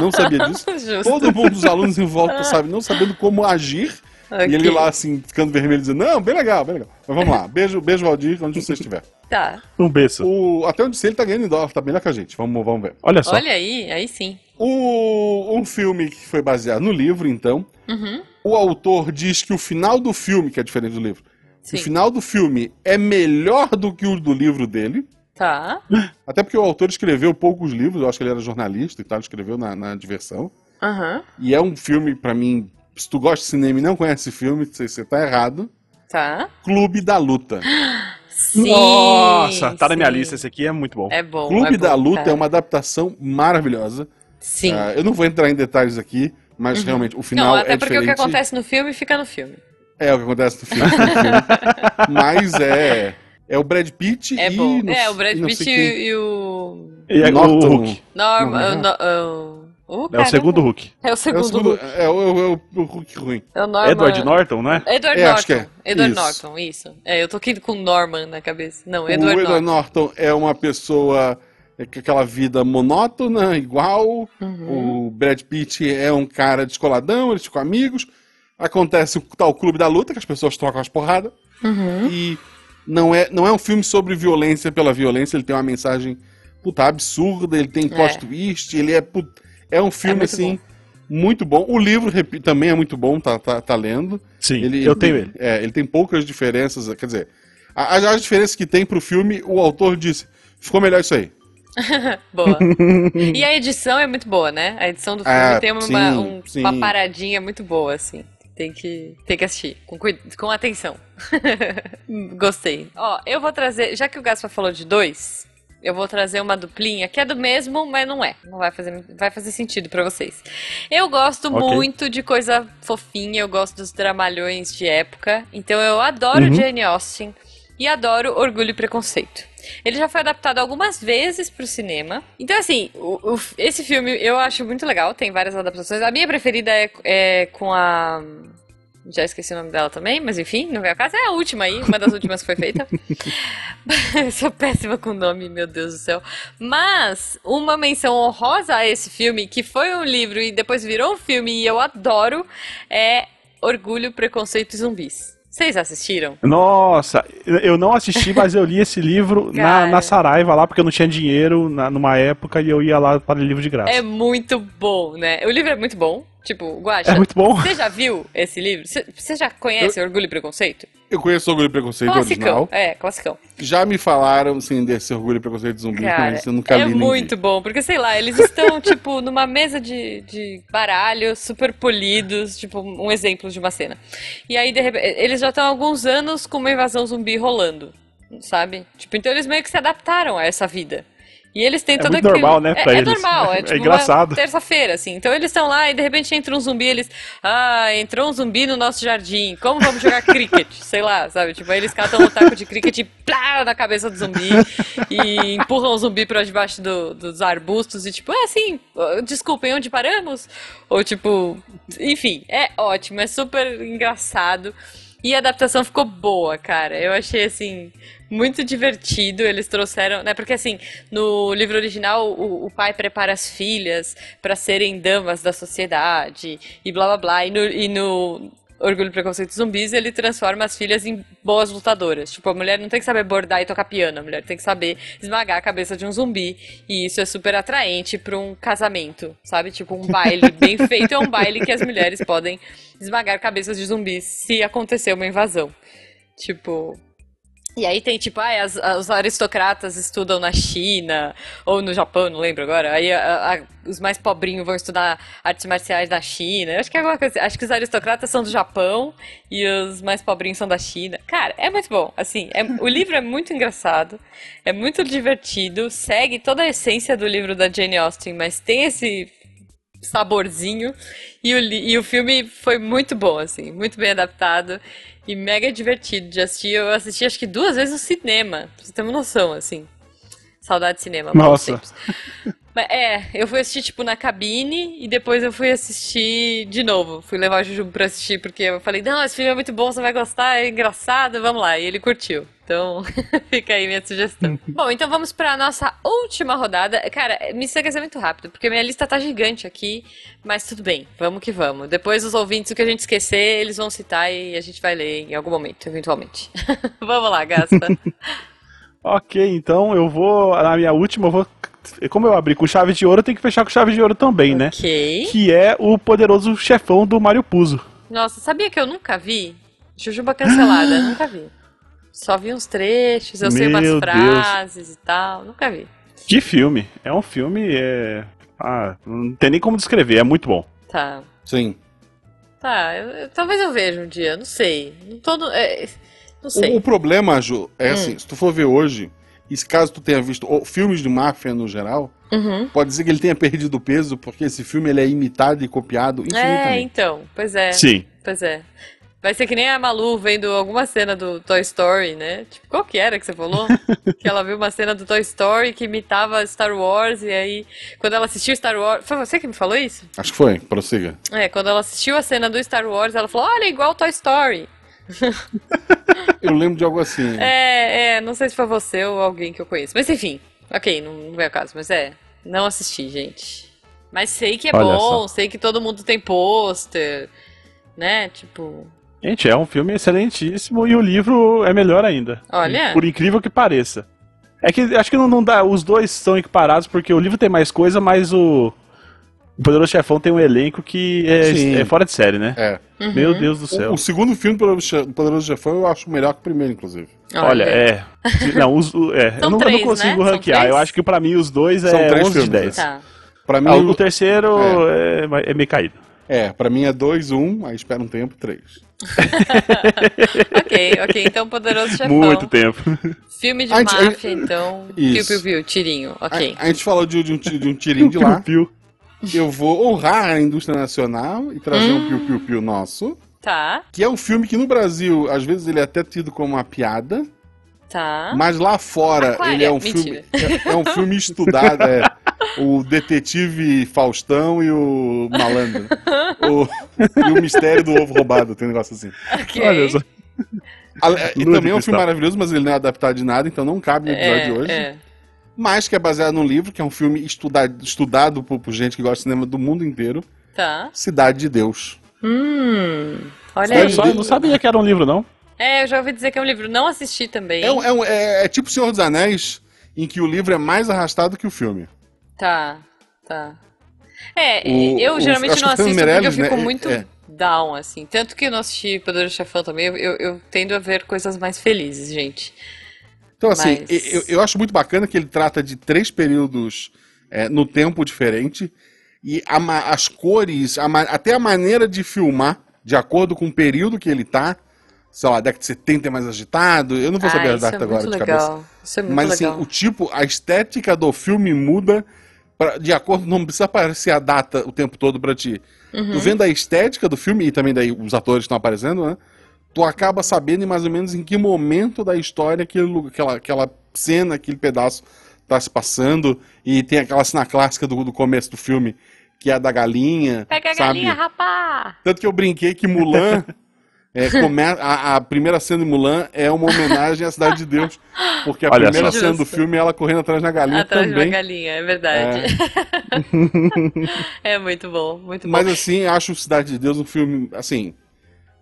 A: não sabia disso.
B: Justo.
A: Todo mundo dos alunos em volta, sabe, não sabendo como agir.
B: Ok.
A: E ele lá, assim, ficando vermelho, dizendo, não, bem legal, bem legal. Mas vamos lá, beijo, beijo, Valdir, onde você estiver.
B: Tá.
C: Um beijo.
A: O, até onde sei, ele tá ganhando em dólar, tá melhor que a gente, vamos, vamos ver.
C: Olha só.
B: Olha aí, aí sim.
A: O, um filme que foi baseado no livro, então,
B: Uhum.
A: o autor diz que o final do filme, que é diferente do livro, que
B: Sim.
A: o final do filme é melhor do que o do livro dele.
B: Tá.
A: Até porque o autor escreveu poucos livros, eu acho que ele era jornalista e tal, ele escreveu na, na diversão.
B: Aham.
A: E é um filme, pra mim, se tu gosta de cinema e não conhece esse filme, você, você tá errado.
B: Tá.
A: Clube da Luta.
B: Sim.
C: Nossa, tá na minha
B: sim.
C: lista. Esse aqui é muito bom.
B: É bom.
A: Clube
B: é
A: da
B: bom,
A: Luta
B: cara.
A: é uma adaptação maravilhosa.
B: Sim. Uhum.
A: Ah, eu não vou entrar em detalhes aqui, mas realmente o final
B: não, até
A: é
B: porque
A: diferente.
B: o que acontece no filme fica no filme.
A: É o que acontece no filme. no filme. mas é é o Brad Pitt
B: É
A: e
B: bom.
A: não
B: É, o
A: sei-
B: Brad
A: e não
B: Pitt
A: sei quem.
B: e, e o. é
C: E é
A: Norton.
C: o Hulk.
B: Norma.
A: Não, é? não
B: o, o- o
C: É o
B: caramba.
C: segundo Hulk.
B: É o
A: É o
B: segundo.
A: segundo, é o, é o, é o Hulk ruim.
B: É o Norman.
C: Edward Norton, né?
B: Edward
A: É,
B: Norton.
A: acho que é.
B: Edward
A: Isso.
B: Norton, isso. É, eu tô aqui com Norman na cabeça. Não,
A: O
B: Edward,
A: Edward Norton.
B: Norton.
A: é uma pessoa é, com aquela vida monótona, igual.
B: Uhum.
A: O Brad Pitt é um cara descoladão, eles ficam amigos. Acontece o tal clube da luta, que as pessoas trocam as porradas.
B: Uhum.
A: E não é, não é um filme sobre violência pela violência, ele tem uma mensagem puta absurda, ele tem plot
B: É.
A: twist, ele é put- é um filme
B: muito
A: assim muito bom. O livro repi- também é muito bom, tá, tá, tá lendo.
C: Sim, eu tenho ele.
A: É, ele tem poucas diferenças, quer dizer, a- as, as diferenças que tem pro filme, o autor disse, ficou melhor isso aí.
B: Boa. e a edição é muito boa, né? A edição do filme
A: Ah,
B: tem uma,
A: sim,
B: um-
A: sim.
B: uma paradinha muito boa, assim. Tem que, tem que assistir com, cuida- com atenção. Gostei. Ó, eu vou trazer, já que o Gaspar falou de dois, eu vou trazer uma duplinha que é do mesmo, mas não é. Não vai fazer, vai fazer sentido pra vocês. Eu gosto
C: Ok.
B: muito de coisa fofinha, eu gosto dos dramalhões de época. Então eu adoro Jane Austen e adoro Orgulho e Preconceito. Ele já foi adaptado algumas vezes pro cinema. Então, assim, o- o- esse filme eu acho muito legal, tem várias adaptações. A minha preferida é, é com a. já esqueci o nome dela também, mas enfim, não veio a casa. É a última aí, uma das últimas que foi feita. Eu sou péssima com nome, meu Deus do céu. Mas uma menção honrosa a esse filme, que foi um livro e depois virou um filme e eu adoro, é Orgulho, Preconceito e Zumbis. Vocês assistiram?
C: Nossa, eu não assisti, mas eu li esse livro na,
B: Cara.
C: na Saraiva lá, porque eu não tinha dinheiro na- numa época e eu ia lá para o livro de graça.
B: É muito bom, né? O livro é muito bom. Tipo, Guaxa,
C: É muito bom.
B: você já viu esse livro? Você- Você já conhece Orgulho e Preconceito?
A: Eu conheço Orgulho e Preconceito
B: Classicão.
A: original.
B: É, classicão.
A: Já me falaram, assim, desse Orgulho e Preconceito de zumbi,
B: Cara,
A: mas eu nunca
B: é
A: li nem vi.
B: muito bom, porque sei lá, eles estão, tipo, numa mesa de, de baralho, super polidos, tipo, um exemplo de uma cena. E aí, de repente, eles já estão há alguns anos com uma invasão zumbi rolando, sabe? Tipo, então eles meio que se adaptaram a essa vida. E eles têm
C: É
B: todo
C: muito
B: aquele...
C: normal, né,
B: É,
C: pra
B: é
C: eles.
B: normal, é,
C: É
B: tipo,
C: engraçado.
B: uma terça-feira, assim. Então eles estão lá e de repente entra um zumbi, eles... Ah, entrou um zumbi no nosso jardim, como vamos jogar cricket? Sei lá, sabe? Tipo, aí eles catam um taco de cricket e plá, na cabeça do zumbi e empurram o zumbi pra debaixo do- dos arbustos e tipo, é assim, ah, desculpem, onde paramos? Ou tipo, enfim, é ótimo, é super engraçado. E a adaptação ficou boa, cara. Eu achei assim muito divertido. Eles trouxeram, né? Porque assim, no livro original, o, o pai prepara as filhas pra serem damas da sociedade e blá blá blá. E no, e no Orgulho, Preconceito e Zumbis, ele transforma as filhas em boas lutadoras. Tipo, a mulher não tem que saber bordar e tocar piano, a mulher tem que saber esmagar a cabeça de um zumbi. E isso é super atraente pra um casamento, sabe? Tipo, um baile bem feito é um baile que as mulheres podem esmagar cabeças de zumbis se acontecer uma invasão. Tipo, e aí tem tipo, ah, as- as- os aristocratas estudam na China ou no Japão, não lembro agora. Aí a- a- os mais pobrinhos vão estudar artes marciais na China. Eu acho que é alguma coisa. assim. Acho que os aristocratas são do Japão e os mais pobrinhos são da China. Cara, é muito bom. Assim, é- o livro é muito engraçado, é muito divertido, segue toda a essência do livro da Jane Austen, mas tem esse saborzinho. E o, li- e o filme foi muito bom, assim, muito bem adaptado e mega divertido de assistir. Eu assisti acho que duas vezes no cinema, pra você ter uma noção, assim. Saudade de cinema, bons
C: Nossa.
B: tempos. Mas, é, eu fui assistir, tipo, na cabine e depois eu fui assistir de novo. Fui levar o Jujubo pra assistir, porque eu falei, não, esse filme é muito bom, você vai gostar, é engraçado, vamos lá. E ele curtiu. Então, fica aí minha sugestão. bom, então vamos pra nossa última rodada. Cara, me segue ser muito rápido, porque minha lista tá gigante aqui, mas tudo bem, vamos que vamos. Depois os ouvintes, o que a gente esquecer, eles vão citar e a gente vai ler em algum momento, eventualmente. vamos lá, Gaspa.
C: Ok, então eu vou. Na minha última, eu vou. Como eu abri com chave de ouro, eu tenho que fechar com chave de ouro também, né?
B: ok.
C: Que é o poderoso chefão do Mario Puzo.
B: Nossa, sabia que eu nunca vi? Jujuba cancelada, nunca vi. Só vi uns trechos, eu sei umas
C: Meu Deus.
B: frases e tal, nunca vi.
C: Que filme! É um filme. É... Ah, não tem nem como descrever, é muito bom.
B: Tá.
A: Sim.
B: Tá, eu- eu- talvez eu veja um dia, não sei. Não tô no- é, não
A: O,
B: sei.
A: o problema, Ju, é
B: Hum.
A: assim, se tu for ver hoje, e se caso tu tenha visto ou, filmes de máfia no geral,
B: Uhum.
A: pode dizer que ele tenha perdido peso, porque esse filme ele é imitado e copiado
B: É,
A: infinitamente.
B: então, pois é,
C: Sim.
B: pois é. Vai ser que nem a Malu vendo alguma cena do Toy Story, né? Tipo, qual que era que você falou? que ela viu uma cena do Toy Story que imitava Star Wars, e aí, quando ela assistiu Star Wars. Foi você que me falou isso?
A: Acho que foi, prossiga.
B: É, quando ela assistiu a cena do Star Wars, ela falou: Olha, é igual Toy Story.
A: Eu lembro de algo assim.
B: É, é, não sei se foi você ou alguém que eu conheço. Mas enfim, ok, não, não vem ao caso, mas é. Não assisti, gente. Mas sei que é
C: Olha
B: bom, sei que todo mundo tem pôster, né? Tipo,
C: Gente, é um filme excelentíssimo e o livro é melhor ainda.
B: Olha.
C: Por incrível que pareça. É que acho que não, não dá. Os dois são equiparados porque o livro tem mais coisa, mas o. O Poderoso Chefão tem um elenco que
A: Sim.
C: é, é fora de série, né?
A: É.
B: uhum,
C: Meu Deus do céu.
A: O, o segundo filme do Poderoso- Poderoso Jefão eu acho melhor que o primeiro, inclusive.
C: Olha, é. Não, os, o- é.
B: São
C: eu não,
B: três,
C: eu não consigo
B: né? São
C: ranquear.
B: três?
C: Eu acho que pra mim os dois
A: São
C: é
A: três
C: 11 de
A: filmes,
C: 10.
B: Tá.
A: Pra mim,
C: Ah, o terceiro é, é meio caído.
A: é, pra mim é 2, 1, um, aí espera um tempo, 3.
B: Ok, ok, então Poderoso Chefão.
C: Muito tempo.
B: Filme de
A: A gente-
B: máfia, então. Piu,
A: Isso.
B: piu, piu, tirinho,
A: A,
B: ok.
A: a gente falou de, de um, ti- de um tirinho de lá.
C: Piu, piu.
A: Eu vou honrar a indústria nacional e trazer
B: Hum.
A: um piu-piu-piu nosso.
B: Tá,
A: Que é um filme que no Brasil, às vezes, ele é até tido como uma piada,
B: tá.
A: mas lá fora
B: Aquária,
A: ele é um
B: mentira.
A: filme. É, é um filme estudado. é. o detetive Faustão e o malandro. o, e o mistério do ovo roubado, tem um negócio assim.
B: Ok.
C: Olha só.
A: A- E
C: Lua de
A: também é um
C: Cristal.
A: filme maravilhoso, mas ele não é adaptado de nada, então não cabe no episódio
B: É,
A: de hoje.
B: é.
A: Mas que é baseado num livro, que é um filme estudado, estudado por, por gente que gosta de cinema do mundo inteiro.
B: Tá.
A: Cidade de Deus.
B: Hum. Olha
C: Olha
B: aí.
C: só, eu não sabia que era um livro, não.
B: É, eu já ouvi dizer que é um livro. Não assisti também.
A: É, um- é um- é- é tipo Senhor dos Anéis, em que o livro é mais arrastado que o filme.
B: Tá, tá. É,
A: O-
B: eu
A: o-
B: geralmente
A: acho
B: não
A: que foi o
B: assisto porque eu
A: Meirelles,
B: fico
A: né?
B: muito
A: É.
B: down, assim. Tanto que eu não assisti Poder do Chefão também, eu, eu, eu tendo a ver coisas mais felizes, gente.
A: Então, assim,
B: Mas-
A: e- eu, eu acho muito bacana que ele trata de três períodos é, no tempo diferente. E a ma- as cores, a ma- até a maneira de filmar, de acordo com o período que ele tá. Sei lá, década de 70 é mais agitado. Eu não vou
B: Ah,
A: saber a
B: isso é
A: data agora
B: muito
A: de cabeça.
B: legal. Isso é muito
A: Mas assim,
B: legal.
A: o tipo, a estética do filme muda pra- de acordo, não precisa aparecer a data o tempo todo pra ti.
B: Uhum.
A: Tu vendo a estética do filme, e também daí os atores estão aparecendo, né? Tu acaba sabendo mais ou menos em que momento da história aquele, lu- aquela, aquela cena, aquele pedaço tá se passando. E tem aquela cena clássica do, do começo do filme, que é a da galinha.
B: Pega a
A: sabe?
B: galinha, rapá!
A: Tanto que eu brinquei que Mulan. é, come- a, a primeira cena de Mulan é uma homenagem à Cidade de Deus. Porque a
C: Olha
A: primeira
B: só.
A: cena do filme é ela correndo atrás da galinha
B: Atrás de uma
A: também.
B: galinha, é verdade. É, muito bom, muito
A: Mas
B: bom.
A: assim, acho Cidade de Deus um filme. Assim.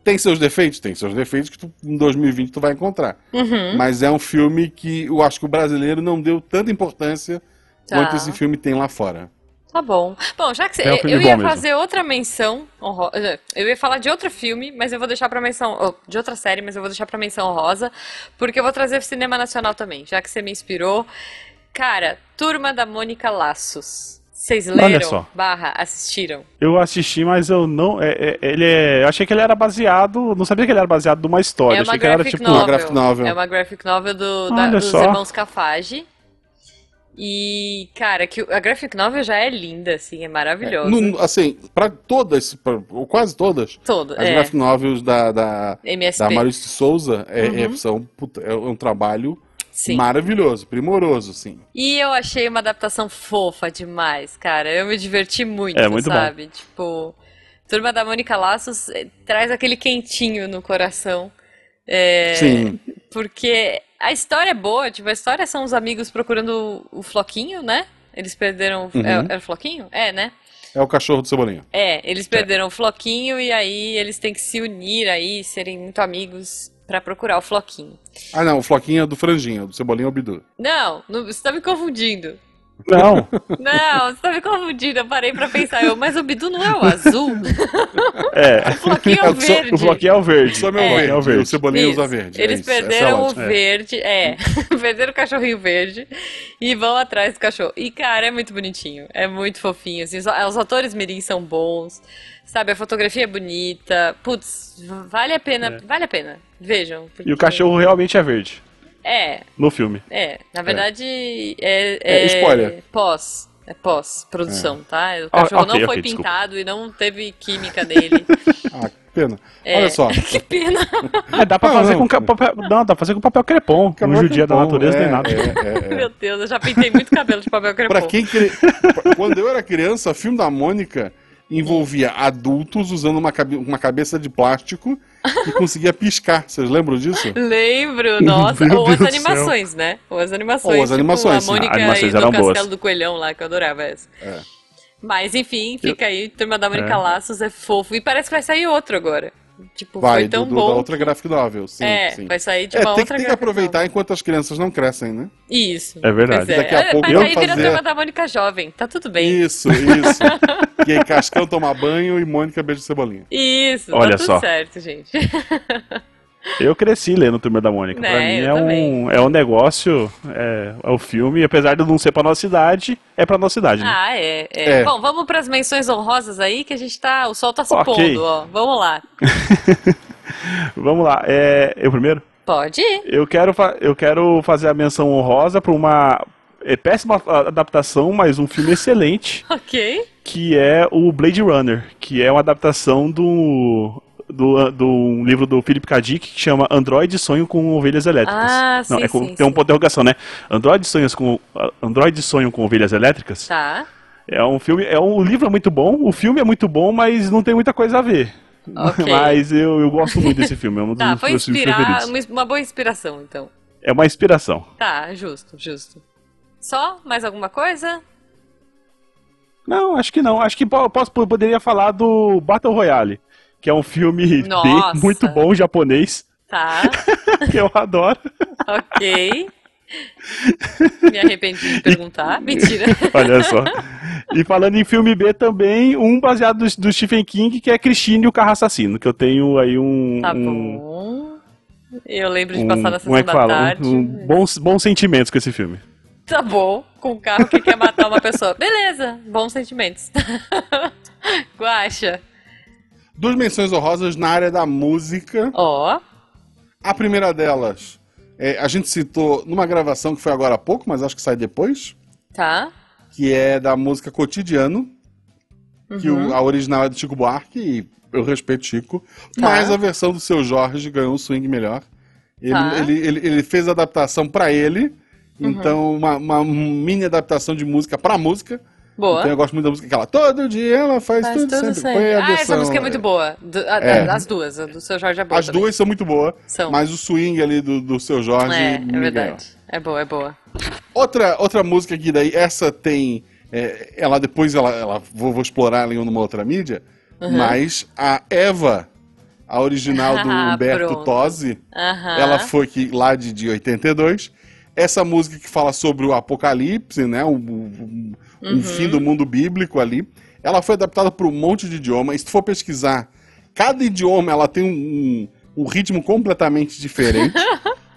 A: Tem seus defeitos? Tem seus defeitos que tu, em 2020 tu vai encontrar.
B: Uhum,
A: Mas é um filme que eu acho que o brasileiro não deu tanta importância
B: Tá.
A: quanto esse filme tem lá fora.
B: Tá bom. Bom, já que você,
C: É um filme
B: eu ia
C: bom mesmo.
B: fazer outra menção honro- eh, Eu ia falar de outro filme, mas eu vou deixar pra menção. ou, De outra série, mas eu vou deixar pra menção honrosa. Porque eu vou trazer cinema nacional também, já que você me inspirou. Cara, Turma da Mônica Laços. Vocês
C: Olha
B: leram?
C: só.
B: Barra, assistiram?
C: Eu assisti, mas eu não. é- é- ele é. Eu achei que ele era baseado. Não sabia que ele era baseado numa história.
B: É
C: Eu
B: uma
C: achei que ele era
B: graphic
C: tipo.
A: Uma
B: novel.
A: graphic novel.
B: É uma graphic novel do, da-
C: Olha
B: dos
C: só.
B: irmãos Cafage. E, cara, que o- a graphic novel já é linda, assim, é maravilhosa.
A: Não- assim, para todas, pra, ou quase todas,
B: Todo,
A: as
B: é.
A: graphic novels da- da,
B: MSP.
A: da Maurício de Souza é, é-
B: Uhum.
A: são, puta, é um trabalho
B: Sim.
A: maravilhoso, primoroso, sim.
B: E eu achei uma adaptação fofa demais, cara. Eu me diverti muito,
C: É, muito bom.
B: sabe? Tipo, Turma da Mônica Laços eh, traz aquele quentinho no coração. É,
A: Sim.
B: porque a história é boa, tipo, a história são os amigos procurando o o Floquinho, né? Eles perderam. o-
A: Uhum.
B: é- Era o Floquinho? É, né?
A: É o cachorro do Cebolinha.
B: É, eles perderam o Floquinho e aí eles têm que se unir aí, serem muito amigos pra procurar o Floquinho.
A: Ah, não, o Floquinho é do Franjinha, o do Cebolinha é o Bidu.
B: Não, não, você tá me confundindo.
C: Não.
B: Não, você tá me confundindo. Eu parei pra pensar. Eu, mas o Bidu não é o azul?
C: É.
B: O Floquinho é o
C: Só-
B: verde.
C: O Floquinho é o verde.
A: Só meu
C: O Floquinho
A: verde,
C: é o
A: o
C: verde.
A: Cebolinha
B: Isso.
A: usa verde. é
B: Eles
A: isso, essa é a
B: perderam o
A: lógica.
B: verde, é. perderam o cachorrinho verde e vão atrás do cachorro. E, cara, é muito bonitinho. É muito fofinho. assim, os, os atores mirim são bons, sabe? A fotografia é bonita. Putz, v- vale a
A: É.
B: pena. Vale a pena. Vejam.
C: E
B: porque-
C: o cachorro realmente é verde.
B: É,
C: No filme.
B: é. Na verdade, é.
A: É, spoiler. É.
B: Pós. É pós-produção, tá? O
C: Ah,
B: cachorro
C: ok,
B: não foi
C: ok, desculpa.
B: pintado e não teve química nele.
A: Ah, que pena.
B: É.
A: Olha só,
B: que pena.
C: É, dá pra
A: Ah,
C: fazer
A: não.
C: com ca- papel. Não, dá pra fazer com papel crepom. Não judia da
A: Bom,
C: natureza
A: é,
C: nem nada.
A: É, é, é.
B: Meu Deus, eu já pintei muito cabelo de papel crepom.
A: Pra quem cre... pra- Quando eu era criança, filme da Mônica envolvia adultos usando uma, cabe- uma cabeça de plástico que conseguia piscar. Vocês lembram disso?
B: Lembro, nossa.
C: Meu
B: Ou
C: Deus
B: as
C: do
B: animações, né? Ou as animações.
A: Ou as animações,
B: Tipo,
A: sim.
B: a Mônica
C: Animações
B: e do
C: eram boas.
B: Castelo do Coelhão lá, que eu adorava essa.
A: É.
B: Mas enfim, fica aí, Turma da Mônica
C: É.
B: Laços é fofo. E parece que vai sair outro agora. Tipo,
A: Vai,
B: foi tão
A: do, do-
B: bom.
A: da outra graphic novel, sim,
B: é,
A: sim.
B: vai sair de
A: É,
B: uma
A: tem, que- tem
B: outra
A: que
B: graphic
A: aproveitar enquanto as crianças não crescem, né?
B: novel. Isso.
C: É verdade.
B: Pois
A: Daqui a
B: É,
A: pouco
B: mas
A: eu
B: aí vira
A: fazer-
B: Turma da Mônica Jovem, tá tudo bem.
A: Isso, isso. e aí, Cascão toma banho e Mônica beija cebolinha.
B: Isso,
C: Olha
B: tá tudo
C: só. Uhum.
B: certo, gente.
C: Eu cresci lendo Turma da Mônica.
B: Né,
C: pra mim
B: eu
C: é um,
B: também.
C: é um negócio, é, é um filme, apesar de não ser pra nossa idade, é pra nossa idade, né?
B: Ah, é, é.
A: É.
B: Bom, vamos pras menções honrosas aí, que a gente tá. O sol tá se
C: Ok.
B: pondo, ó. Vamos lá.
C: Vamos lá, é, eu primeiro?
B: Pode ir.
C: Eu quero, fa- eu quero fazer a menção honrosa pra uma é, péssima a- adaptação, mas um filme excelente,
B: Ok.
C: que é o Blade Runner, que é uma adaptação do, do, do um livro do Philip K. Dick que chama Android Sonho com Ovelhas Elétricas.
B: Ah,
C: Não,
B: sim,
C: é com,
B: sim,
C: tem um
B: sim.
C: ponto de interrogação, né? Android Sonhos com Android Sonho com Ovelhas Elétricas.
B: Tá.
C: É um filme, é um o livro é muito bom, o filme é muito bom, mas não tem muita coisa a ver.
B: Ok.
C: Mas eu, eu gosto muito desse filme, é um dos
B: Tá, foi
C: meus filmes
B: inspirar
C: preferidos.
B: uma, uma boa inspiração, então.
C: É uma inspiração.
B: Tá, justo, justo. Só? Mais alguma coisa?
C: Não, acho que não. Acho que po- posso poderia falar do Battle Royale, que é um filme
B: Nossa.
C: B, muito bom japonês,
B: Tá,
C: que eu adoro.
B: ok. Me arrependi de perguntar. Mentira.
C: Olha só. E falando em filme B também, um baseado do, do Stephen King, que é Christine e o Carro Assassino, que eu tenho aí um.
B: Tá
C: um-
B: bom. Eu lembro de
C: um-
B: passar na
C: como
B: sessão
C: é que
B: da
C: fala?
B: tarde.
C: Um- um bons, bons sentimentos com esse filme.
B: Tá bom, com um carro que quer matar uma pessoa. Beleza, bons sentimentos. Guaxa.
A: Duas menções honrosas na área da música.
B: Ó,
A: A primeira delas, é, a gente citou numa gravação que foi agora há pouco, mas acho que sai depois,
B: tá.
A: que é da música Cotidiano, que
B: Uhum.
A: o- a original é do Chico Buarque, e eu respeito Chico,
B: Tá.
A: mas a versão do seu Jorge ganhou um swing melhor. Ele,
B: Tá. Uhum.
A: ele, ele, ele fez a adaptação pra ele, então uma, uma mini adaptação de música pra música.
B: Boa.
A: Então eu gosto muito da música aquela. Todo dia ela faz,
B: Faz
A: tudo,
B: tudo
A: sempre.
B: sempre.
A: Põe a
B: Ah, essa
A: versão,
B: música é muito boa. Do- a-
A: É.
B: a- As duas, a do seu Jorge é boa.
A: As
B: também.
A: duas são muito boas,
B: São.
A: mas o swing ali do, do seu Jorge.
B: É, é
A: me ganhou.
B: verdade. É boa, é boa.
A: Outra, outra música que daí, essa tem. é, ela depois ela, ela- vou, vou explorar ela em uma outra mídia, mas a Eva, a original do
B: Ah,
A: Humberto
B: pronto.
A: Tosi,
B: Aham.
A: ela foi que, lá de, de 82. Essa música que fala sobre o apocalipse, né? Um, um- um fim do mundo bíblico ali. Ela foi adaptada para um monte de idioma. E se tu for pesquisar, cada idioma ela tem um, um- um ritmo completamente diferente.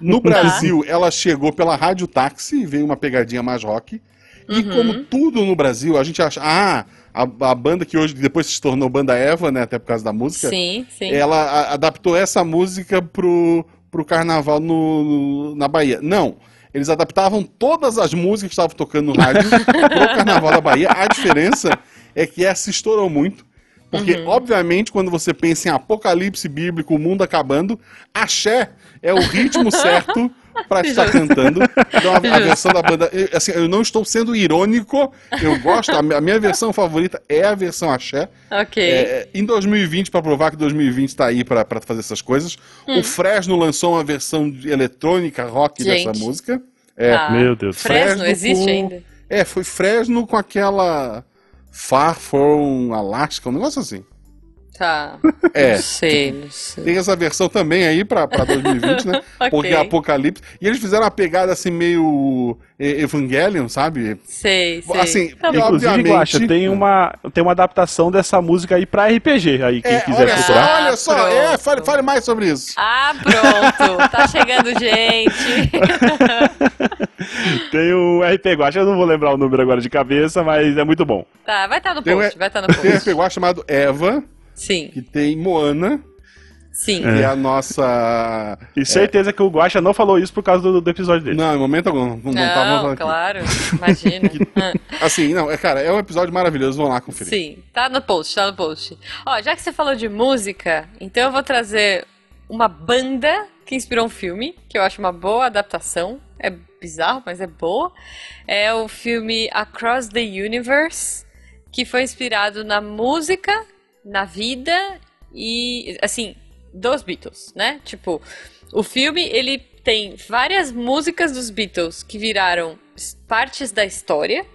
A: No
B: Tá.
A: Brasil, ela chegou pela Rádio Táxi e veio uma pegadinha mais rock. E como tudo no Brasil, a gente acha. Ah, a, a banda que hoje depois se tornou banda Eva, né? Até por causa da música
B: Sim, sim.
A: ela a- adaptou essa música pro, pro carnaval no, no- na Bahia. Não. Eles adaptavam todas as músicas que estavam tocando no rádio pro carnaval da Bahia. A diferença é que essa estourou muito. Porque,
B: Uhum.
A: obviamente, quando você pensa em apocalipse bíblico, o mundo acabando, axé é o ritmo certo pra estar
B: Justo.
A: cantando. Então, a, a
B: Justo.
A: versão da banda. eu- assim, eu não estou sendo irônico, eu gosto. A, mi- a minha versão favorita é a versão axé.
B: Ok.
A: É, em 2020, pra provar que 2020 tá aí pra pra fazer essas coisas,
B: Hum.
A: o Fresno lançou uma versão de eletrônica rock
B: Gente.
A: dessa música. É,
B: Tá.
C: Meu Deus.
B: Fresno, existe
A: com-
B: ainda?
A: É, foi Fresno com aquela Far From Alaska, um negócio assim.
B: Tá.
A: É.
B: Não sei, não sei.
A: Tem essa versão também aí pra, pra 2020, né?
B: Ok.
A: Porque é Apocalipse. E eles fizeram uma pegada assim meio eh, Evangelion, sabe?
B: Sei, sei.
A: Assim,
B: Tá bom.
C: Inclusive,
A: obviamente-
C: Guaxa, tem um uma, tem uma adaptação dessa música aí pra RPG, aí quem
A: É,
C: quiser
A: olha só,
C: procurar.
A: olha só,
B: Ah,
A: é,
B: pronto.
A: fale, fale mais sobre isso.
B: Ah, pronto. Tá chegando gente.
C: Tem o RP Guaxa, eu não vou lembrar o número agora de cabeça, mas é muito bom.
B: Tá, vai estar no
A: Tem um-
B: post, vai estar no
A: Tem um
B: post.
A: RPG chamado Eva,
B: Sim,
A: que tem Moana,
B: sim.
A: que é a nossa.
C: E certeza que o Guaxa não falou isso por causa do, do episódio dele.
A: Não, em momento algum, não, não, tava
B: Não,
A: aqui.
B: claro, imagina. Ah,
A: Assim, não, é, cara, é um episódio maravilhoso, vão lá conferir.
B: Sim, tá no post, tá no post. Ó, já que você falou de música, então eu vou trazer uma banda que inspirou um filme, que eu acho uma boa adaptação. É bizarro, mas é boa. É o filme Across the Universe, que foi inspirado na música, na vida e, assim, dos Beatles, né? Tipo, o filme, ele tem várias músicas dos Beatles que viraram s- partes da história.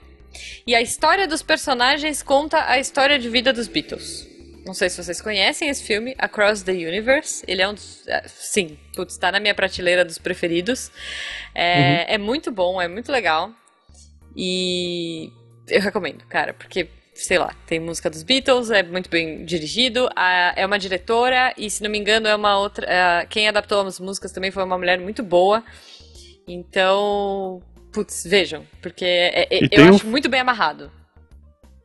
B: E a história dos personagens conta a história de vida dos Beatles. Não sei se vocês conhecem esse filme, Across the Universe. Ele é um dos. é, Sim, putz, tá na minha prateleira dos preferidos.
C: Uhum.
B: É, é muito bom, é muito legal. E eu recomendo, cara, porque, sei lá, tem música dos Beatles, é muito bem dirigido, a- é uma diretora e, se não me engano, é uma outra. é, quem adaptou as músicas também foi uma mulher muito boa. Então, putz, vejam, porque é- é-
C: E tem
B: eu
C: um-
B: acho muito bem amarrado.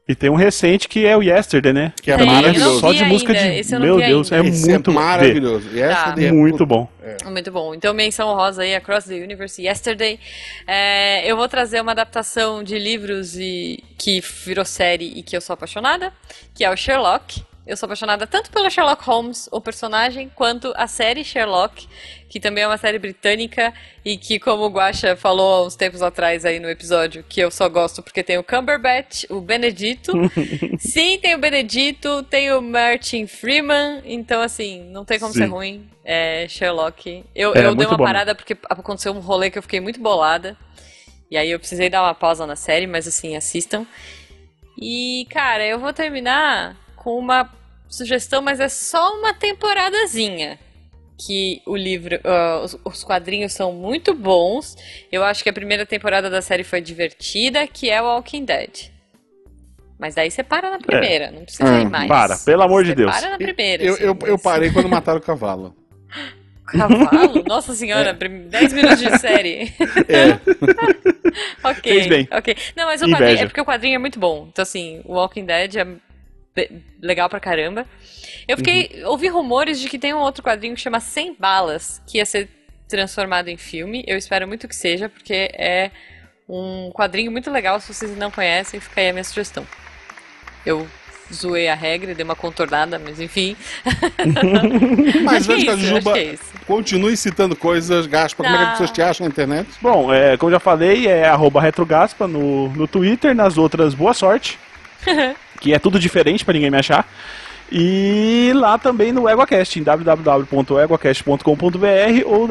C: E tem um recente que é o Yesterday, né?
A: Que é
B: Tem, eu
A: maravilhoso.
B: não
C: Só de
B: vi
C: música
B: ainda,
C: de.
B: esse eu não
C: Meu
B: vi
C: Deus,
B: ainda.
C: é
A: Esse
C: muito
A: é
C: bom.
A: maravilhoso. E essa
B: Tá.
A: daí
C: Vê,
A: é-
C: Muito bom.
B: Muito bom. Então, menção rosa aí, Across the Universe, Yesterday. É, eu vou trazer uma adaptação de livros e que virou série e que eu sou apaixonada, que é o Sherlock, Eu sou apaixonada tanto pelo Sherlock Holmes, o personagem, quanto a série Sherlock, que também é uma série britânica e que, como o Guaxa falou há uns tempos atrás aí no episódio, que eu só gosto porque tem o Cumberbatch, o Benedito. Sim, tem o Benedito, tem o Martin Freeman, então assim, não tem como
A: Sim.
B: ser ruim. É, Sherlock. Eu,
C: É,
B: eu dei
C: muito
B: uma
C: bom.
B: parada porque aconteceu um rolê que eu fiquei muito bolada. E aí eu precisei dar uma pausa na série, mas assim, assistam. E, cara, eu vou terminar com uma sugestão, mas é só uma temporadazinha. Que o livro, ah, os, os quadrinhos são muito bons. Eu acho que a primeira temporada da série foi divertida, que é o Walking Dead. Mas daí você para na primeira, não precisa
A: Hum,
B: ir mais.
C: É. para, pelo amor de
B: Você
C: Deus.
B: Para na primeira.
A: Eu, eu,
B: assim,
A: eu parei quando mataram o cavalo.
B: Cavalo? Nossa senhora, prim- 10 minutos de série.
A: É,
B: ok.
C: Fez bem.
B: Ok. Não, mas o
C: Inveja.
B: quadrinho, é porque o quadrinho é muito bom. Então, assim, o Walking Dead é be- legal pra caramba. Eu fiquei. Ouvi rumores de que tem um outro quadrinho que chama 100 Balas, que ia ser transformado em filme. Eu espero muito que seja, porque é um quadrinho muito legal. Se vocês não conhecem, fica aí a minha sugestão. Eu zoei a regra, e dei uma contornada, mas enfim.
A: mas
B: Acho que
A: antes da
B: é isso, acho
A: Juba,
B: que é isso.
A: continue citando coisas, Gaspa. Como é que as
B: Tá.
A: pessoas te acham na internet?
C: Bom, é, como já falei, é arroba retrogaspa no, no Twitter, nas outras boa sorte. que é tudo diferente pra ninguém me achar. E lá também no EguaCast, em www.eguacast.com.br ou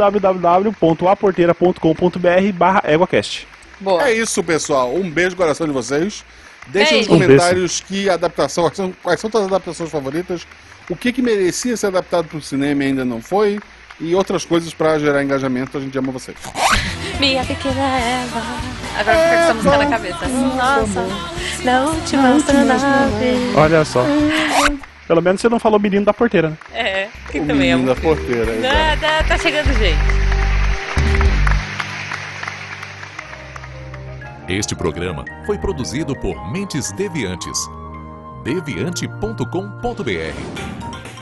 C: www.aporteira.com.br barra EguaCast.
B: Boa.
A: É isso, pessoal. Um beijo no coração de vocês. Deixem nos
B: É Beijo.
C: Um beijo.
A: comentários que adaptação, quais são, quais são suas adaptações favoritas, o que, que merecia ser adaptado para o cinema e ainda não foi, e outras coisas para gerar engajamento. A gente ama vocês.
B: Minha pequena Eva. Agora fica com essa música na cabeça. Nossa, na última astronave.
C: Olha só. Pelo menos você não falou menino da porteira, né?
B: É, que
A: o
B: também é
A: menino
B: muito.
A: da porteira. exato.
B: Tá, tá, tá chegando, gente.
D: Este programa foi produzido por Mentes Deviantes. deviante.com.br